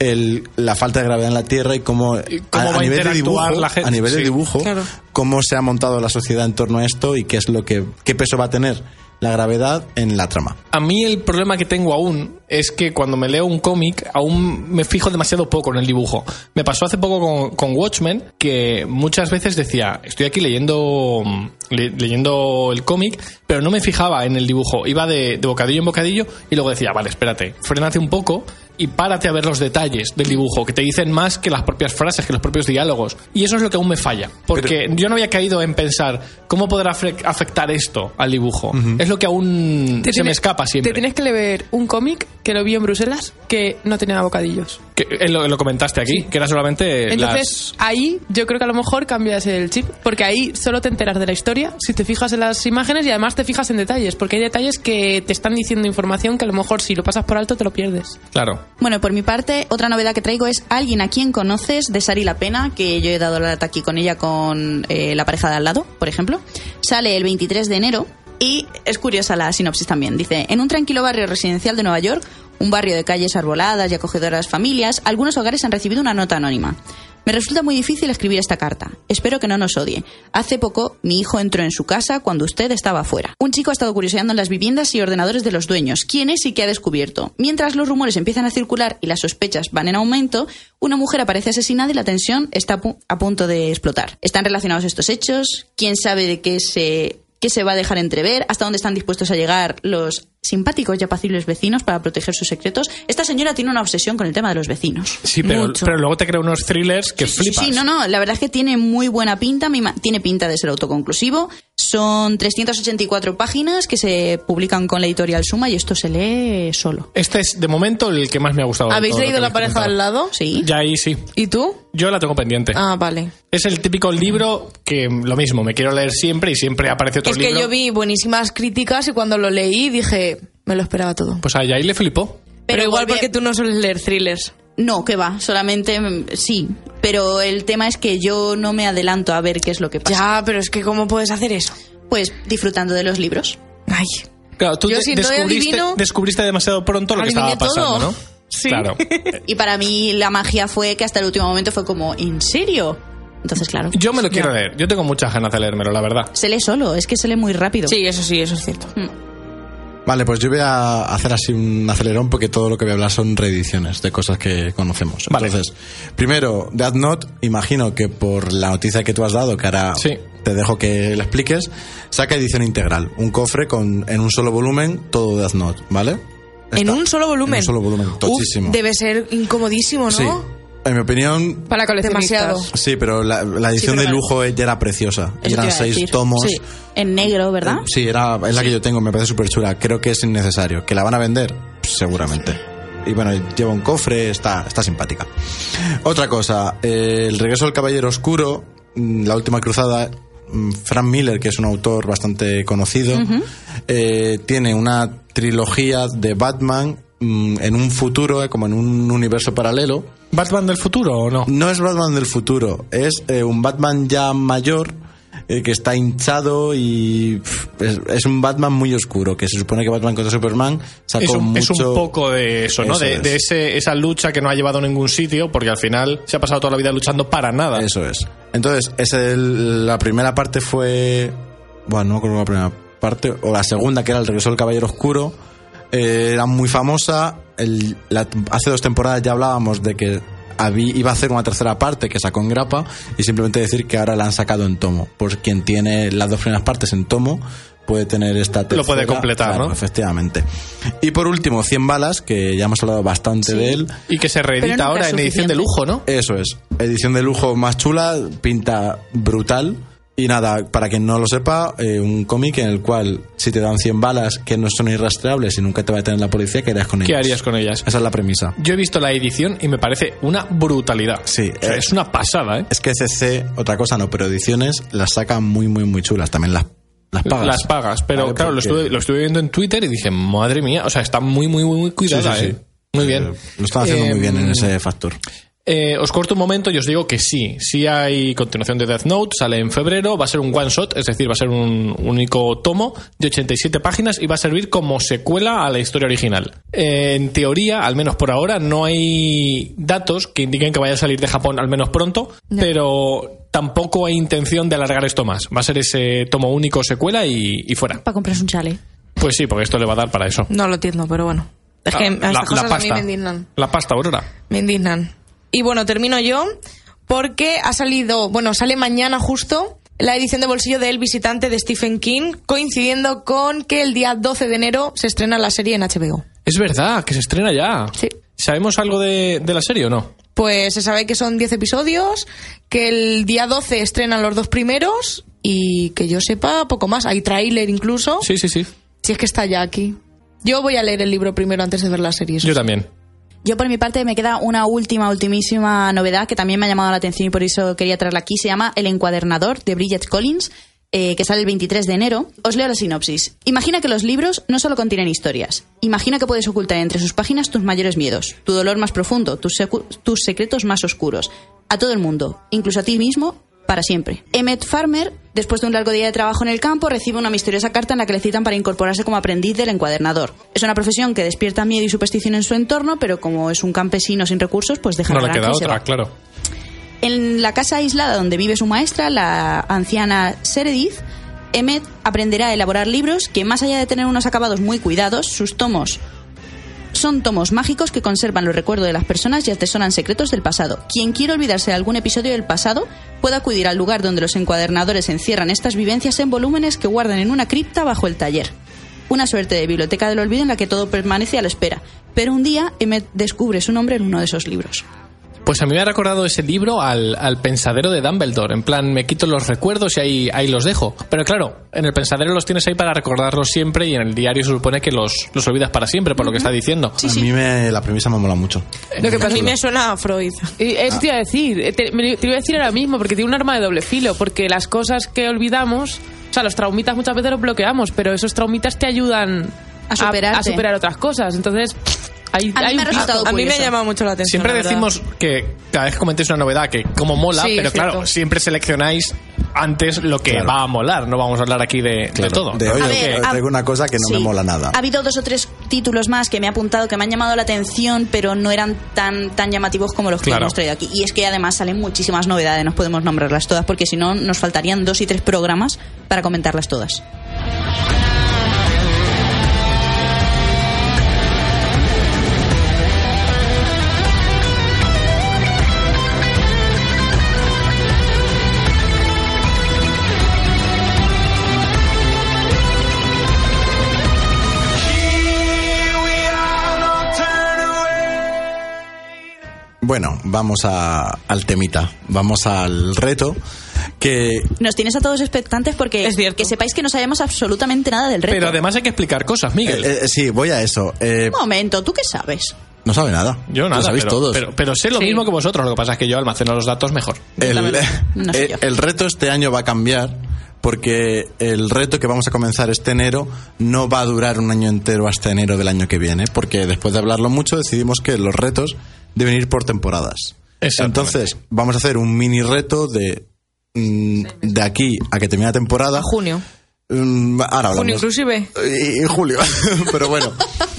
Speaker 5: el, la falta de gravedad en la Tierra y cómo,
Speaker 4: Y cómo va a interactuar la gente,
Speaker 5: a nivel de
Speaker 4: sí.
Speaker 5: dibujo,
Speaker 6: Claro.
Speaker 5: cómo se ha montado la sociedad en torno a esto y qué es lo que, qué peso va a tener la gravedad en la trama.
Speaker 4: A mí el problema que tengo aún es que cuando me leo un cómic aún me fijo demasiado poco en el dibujo. Me pasó hace poco con, con Watchmen que muchas veces decía, estoy aquí leyendo, mm, le- leyendo el cómic, pero no me fijaba en el dibujo. Iba de, de bocadillo en bocadillo y luego decía, vale, espérate, frénate un poco y párate a ver los detalles del dibujo, que te dicen más que las propias frases, que los propios diálogos. Y eso es lo que aún me falla, porque yo no había caído en pensar cómo podrá afre- afectar esto al dibujo. Es lo que aún
Speaker 3: Te
Speaker 4: se me
Speaker 3: tiene-
Speaker 4: escapa siempre.
Speaker 3: Te tienes que leer un cómic que lo vi en Bruselas que no tenía bocadillos.
Speaker 4: Que, eh, lo, lo comentaste aquí, que era solamente las...
Speaker 3: Entonces, ahí yo creo que a lo mejor cambias el chip, porque ahí solo te enteras de la historia si te fijas en las imágenes y además te fijas en detalles, porque hay detalles que te están diciendo información que a lo mejor si lo pasas por alto te lo pierdes.
Speaker 4: Claro.
Speaker 1: Bueno, por mi parte, otra novedad que traigo es Alguien a quien conoces de Sari La Pena, que yo he dado la aquí con ella con eh, la pareja de al lado, por ejemplo. Sale el 23 de enero y es curiosa la sinopsis también. Dice, en un tranquilo barrio residencial de Nueva York, un barrio de calles arboladas y acogedoras familias, algunos hogares han recibido una nota anónima. Me resulta muy difícil escribir esta carta. Espero que no nos odie. Hace poco mi hijo entró en su casa cuando usted estaba fuera. Un chico ha estado curioseando en las viviendas y ordenadores de los dueños, quién es y qué ha descubierto. Mientras los rumores empiezan a circular y las sospechas van en aumento, una mujer aparece asesinada y la tensión está a pu- a punto de explotar. ¿Están relacionados estos hechos? ¿Quién sabe de qué se qué se va a dejar entrever, hasta dónde están dispuestos a llegar los simpáticos y apacibles vecinos para proteger sus secretos. Esta señora tiene una obsesión con el tema de los vecinos.
Speaker 4: Sí, pero,
Speaker 1: Mucho.
Speaker 4: pero luego te crea unos thrillers que
Speaker 1: Sí,
Speaker 4: flipas.
Speaker 1: Sí, no, no, la verdad es que tiene muy buena pinta, me ima- tiene pinta de ser autoconclusivo. Son 384 páginas que se publican con la editorial Suma y esto se lee solo.
Speaker 4: Este es, de momento, el que más me ha gustado. de
Speaker 6: ¿Habéis
Speaker 4: todo lo
Speaker 6: leído
Speaker 4: que
Speaker 6: La
Speaker 4: habéis
Speaker 6: pareja de al
Speaker 4: comentado.
Speaker 6: lado?
Speaker 1: Sí.
Speaker 4: Ya ahí sí.
Speaker 6: ¿Y tú?
Speaker 4: Yo la tengo pendiente.
Speaker 6: Ah, vale.
Speaker 4: Es el típico libro que, lo mismo, me quiero leer siempre y siempre aparece otro
Speaker 6: Es
Speaker 4: libro.
Speaker 6: que yo vi buenísimas críticas y cuando lo leí dije, me lo esperaba todo.
Speaker 4: Pues a Yair le flipó.
Speaker 6: Pero, igual
Speaker 1: volve-
Speaker 6: porque tú no sueles leer thrillers.
Speaker 1: No, que va, solamente mm, sí. Pero el tema es que yo no me adelanto a ver qué es lo que pasa.
Speaker 6: Ya, pero es que ¿cómo puedes hacer eso?
Speaker 1: Pues disfrutando de los libros.
Speaker 6: Ay.
Speaker 4: Claro, tú
Speaker 6: Yo
Speaker 4: de-
Speaker 6: si no
Speaker 4: descubriste,
Speaker 6: adivino-
Speaker 4: descubriste demasiado pronto lo que
Speaker 6: Adiviné
Speaker 4: estaba pasando,
Speaker 6: todo.
Speaker 4: ¿no?
Speaker 6: Sí.
Speaker 4: Claro.
Speaker 1: Y para mí la magia fue que hasta el último momento fue como, ¿en serio? Entonces, claro.
Speaker 4: Yo me lo quiero leer. Yo tengo muchas ganas de leérmelo, la verdad.
Speaker 1: Se lee solo, es que se lee muy rápido.
Speaker 6: Sí, eso sí, eso es cierto.
Speaker 5: Vale, pues yo voy a hacer así un acelerón porque todo lo que voy a hablar son reediciones de cosas que conocemos.
Speaker 4: Vale.
Speaker 5: Entonces, primero, Death Note, imagino que por la noticia que tú has dado, que ahora
Speaker 4: Sí.
Speaker 5: te dejo que la expliques, saca edición integral, un cofre con en un solo volumen todo Death Note, ¿vale?
Speaker 6: En
Speaker 5: Está-
Speaker 6: un solo volumen.
Speaker 5: En un solo volumen,
Speaker 6: Uf,
Speaker 5: tochísimo.
Speaker 6: debe ser incomodísimo, ¿no?
Speaker 5: Sí. En mi opinión,
Speaker 3: Para coleccionistas.
Speaker 6: Demasiado.
Speaker 5: sí, pero la, la edición
Speaker 1: pero
Speaker 5: de
Speaker 1: vale.
Speaker 5: lujo eh, ya era preciosa.
Speaker 1: Eso te
Speaker 5: eran
Speaker 1: iba a
Speaker 5: seis
Speaker 1: decir.
Speaker 5: tomos.
Speaker 1: Sí. En negro, ¿verdad?
Speaker 5: Eh, Sí, era, es la que yo tengo, me parece súper chula. Creo que es innecesario. ¿Que la van a vender? Seguramente. Y bueno, lleva un cofre, está, está simpática. Otra cosa, eh, El regreso del caballero oscuro, mm, La última cruzada, mm, Frank Miller, que es un autor bastante conocido, eh, tiene una trilogía de Batman mm, en un futuro, eh, como en un universo paralelo.
Speaker 4: ¿Batman del futuro o no?
Speaker 5: No es Batman del futuro, es eh, un Batman ya mayor eh, que está hinchado y pff, es, es un Batman muy oscuro, que se supone que Batman contra Superman sacó
Speaker 4: Es un, es
Speaker 5: mucho...
Speaker 4: un poco de eso, ¿no?
Speaker 5: Eso
Speaker 4: de
Speaker 5: es.
Speaker 4: de ese- esa lucha que no ha llevado a ningún sitio, porque al final se ha pasado toda la vida luchando para nada.
Speaker 5: Eso es. Entonces, es el- la primera parte fue... Bueno, no creo que la primera parte, o la segunda, que era El regreso del Caballero Oscuro, eh, era muy famosa. El- la- hace dos temporadas ya hablábamos de que habí- iba a hacer una tercera parte que sacó en grapa y simplemente decir que ahora la han sacado en tomo. Por quien tiene las dos primeras partes en tomo puede tener esta tercera.
Speaker 4: Lo puede completar,
Speaker 5: Claro,
Speaker 4: ¿no?
Speaker 5: Efectivamente. Y por último, 100 balas, que ya hemos hablado bastante de él.
Speaker 4: Y que se reedita
Speaker 1: Pero nunca
Speaker 4: ahora
Speaker 1: es
Speaker 4: en edición
Speaker 1: suficiente.
Speaker 4: de lujo, ¿no?
Speaker 5: Eso es. Edición de lujo más chula, pinta brutal. Y nada, para quien no lo sepa, eh, un cómic en el cual si te dan 100 balas que no son irrastreables y nunca te va a tener la policía, ¿qué harías con ellas?
Speaker 4: ¿Qué harías con ellas?
Speaker 5: Esa es la premisa.
Speaker 4: Yo he visto la edición y me parece una brutalidad.
Speaker 5: Sí,
Speaker 4: O sea,
Speaker 5: eh.
Speaker 4: es una pasada, ¿eh?
Speaker 5: Es que CC, otra cosa no, pero ediciones las sacan muy, muy, muy chulas. También las Las pagas.
Speaker 4: Las pagas, pero
Speaker 5: Vale,
Speaker 4: claro, lo
Speaker 5: porque-
Speaker 4: estuve, lo estuve viendo en Twitter y dije, madre mía, o sea, está muy, muy, muy, muy cuidada,
Speaker 5: Sí, sí,
Speaker 4: ¿eh?
Speaker 5: sí.
Speaker 4: Muy bien.
Speaker 5: Eh, Lo están haciendo
Speaker 4: Eh,
Speaker 5: muy bien en ese factor.
Speaker 4: eh, os corto un momento y os digo que sí, sí hay continuación de Death Note, sale en febrero, va a ser un one shot, es decir, va a ser un único tomo de 87 páginas y va a servir como secuela a la historia original. Eh, en teoría, al menos por ahora, no hay datos que indiquen que vaya a salir de Japón al menos pronto, pero tampoco hay intención de alargar esto más. Va a ser ese tomo único secuela y, y fuera.
Speaker 1: Para comprarse un chale.
Speaker 4: Pues sí, porque esto le va a dar para eso.
Speaker 6: No lo entiendo, pero bueno. Es que
Speaker 4: Ah, la,
Speaker 6: estas
Speaker 4: la
Speaker 6: cosas a mí
Speaker 4: pasta.
Speaker 6: me indignan.
Speaker 4: La pasta, Aurora.
Speaker 6: Me indignan. Y bueno, termino yo porque ha salido, bueno, sale mañana justo la edición de bolsillo de El Visitante de Stephen King, coincidiendo con que el día 12 de enero se estrena la serie en HBO.
Speaker 4: Es verdad, que se estrena ya.
Speaker 6: Sí.
Speaker 4: ¿Sabemos algo de, de la serie o no?
Speaker 6: Pues se sabe que son 10 episodios, que el día 12 estrenan los dos primeros y que yo sepa poco más. Hay tráiler incluso.
Speaker 4: Sí, sí, sí.
Speaker 6: Si es que está ya aquí. Yo voy a leer el libro primero antes de ver la serie. eso
Speaker 4: Yo
Speaker 6: sí.
Speaker 4: también.
Speaker 1: Yo por mi parte me queda una última, ultimísima novedad que también me ha llamado la atención y por eso quería traerla aquí. Se llama El Encuadernador de Bridget Collins. eh, que sale el 23 de enero, os leo la sinopsis. Imagina que los libros no solo contienen historias. Imagina que puedes ocultar entre sus páginas tus mayores miedos, tu dolor más profundo, tus, secu- tus secretos más oscuros. A todo el mundo, incluso a ti mismo para siempre. Emmett Farmer, después de un largo día de trabajo en el campo, recibe una misteriosa carta en la que le citan para incorporarse como aprendiz del encuadernador. Es una profesión que despierta miedo y superstición en su entorno, pero como es un campesino sin recursos, pues deja
Speaker 4: No
Speaker 1: la
Speaker 4: le
Speaker 1: granja
Speaker 4: queda
Speaker 1: y se
Speaker 4: otra,
Speaker 1: va.
Speaker 4: claro.
Speaker 1: En la casa aislada donde vive su maestra, la anciana Seredith, Emmet aprenderá a elaborar libros que, más allá de tener unos acabados muy cuidados, sus tomos son tomos mágicos que conservan los recuerdos de las personas y atesoran secretos del pasado. Quien quiera olvidarse de algún episodio del pasado puede acudir al lugar donde los encuadernadores encierran estas vivencias en volúmenes que guardan en una cripta bajo el taller. Una suerte de biblioteca del olvido en la que todo permanece a la espera. Pero un día Emmet descubre su nombre en uno de esos libros.
Speaker 4: Pues a mí me ha recordado ese libro al, al pensadero de Dumbledore. En plan, me quito los recuerdos y ahí, ahí los dejo. Pero claro, en el pensadero los tienes ahí para recordarlos siempre y en el diario se supone que los, los olvidas para siempre, por lo que está diciendo.
Speaker 5: a mí me, la premisa me mola mucho.
Speaker 6: Lo que pasa a mí me suena a Freud.
Speaker 3: Y Eso te iba a decir, eh, te, me- te iba a decir ahora mismo, porque tiene un arma de doble filo, porque las cosas que olvidamos, o sea, los traumitas muchas veces los bloqueamos, pero esos traumitas te ayudan
Speaker 1: A superarte.
Speaker 3: a superar otras cosas. Entonces, hay,
Speaker 1: A mí
Speaker 3: hay
Speaker 1: me ha
Speaker 3: un-
Speaker 1: resultado
Speaker 6: A mí me
Speaker 1: curioso.
Speaker 6: ha llamado mucho la atención.
Speaker 4: Siempre
Speaker 6: la verdad.
Speaker 4: decimos que cada vez que comentéis una novedad que como mola,
Speaker 6: Sí,
Speaker 4: pero
Speaker 6: es
Speaker 4: claro,
Speaker 6: cierto.
Speaker 4: siempre seleccionáis antes lo que
Speaker 5: Claro.
Speaker 4: va a molar. No vamos a hablar aquí de, de
Speaker 5: Claro,
Speaker 4: todo.
Speaker 5: de hoy
Speaker 1: A
Speaker 5: os
Speaker 1: ver,
Speaker 5: os
Speaker 1: a-
Speaker 5: traigo una cosa que no
Speaker 1: Sí.
Speaker 5: me mola nada.
Speaker 1: Ha habido dos o tres títulos más que me he apuntado que me han llamado la atención, pero no eran tan, tan llamativos como los que
Speaker 4: Claro.
Speaker 1: hemos traído aquí. Y es que además salen muchísimas novedades, no podemos nombrarlas todas, porque si no nos faltarían dos y tres programas para comentarlas todas.
Speaker 5: Bueno, vamos a, al temita, vamos al reto que eh,
Speaker 1: Nos tienes a todos expectantes porque
Speaker 6: Es cierto.
Speaker 1: que sepáis que no sabemos absolutamente nada del reto.
Speaker 4: Pero además hay que explicar cosas, Miguel.
Speaker 5: Eh, eh, sí, voy a eso. Eh,
Speaker 1: Un momento, ¿tú qué sabes?
Speaker 5: no sabe nada.
Speaker 4: Yo nada,
Speaker 5: Lo sabéis
Speaker 4: pero,
Speaker 5: todos.
Speaker 4: Pero, pero sé lo mismo que vosotros, lo que pasa es que yo almaceno los datos mejor.
Speaker 1: La
Speaker 5: el,
Speaker 1: verdad, no sé
Speaker 5: eh,
Speaker 1: yo.
Speaker 5: el reto este año va a cambiar porque el reto que vamos a comenzar este enero no va a durar un año entero hasta enero del año que viene, porque después de hablarlo mucho decidimos que los retos deben ir por temporadas.
Speaker 4: Exactamente.
Speaker 5: Entonces, vamos a hacer un mini reto de mm, de aquí a que termine la temporada.
Speaker 6: Junio.
Speaker 5: Mm, ahora hablamos.
Speaker 6: Junio inclusive.
Speaker 5: Y, y Eh, julio. pero bueno.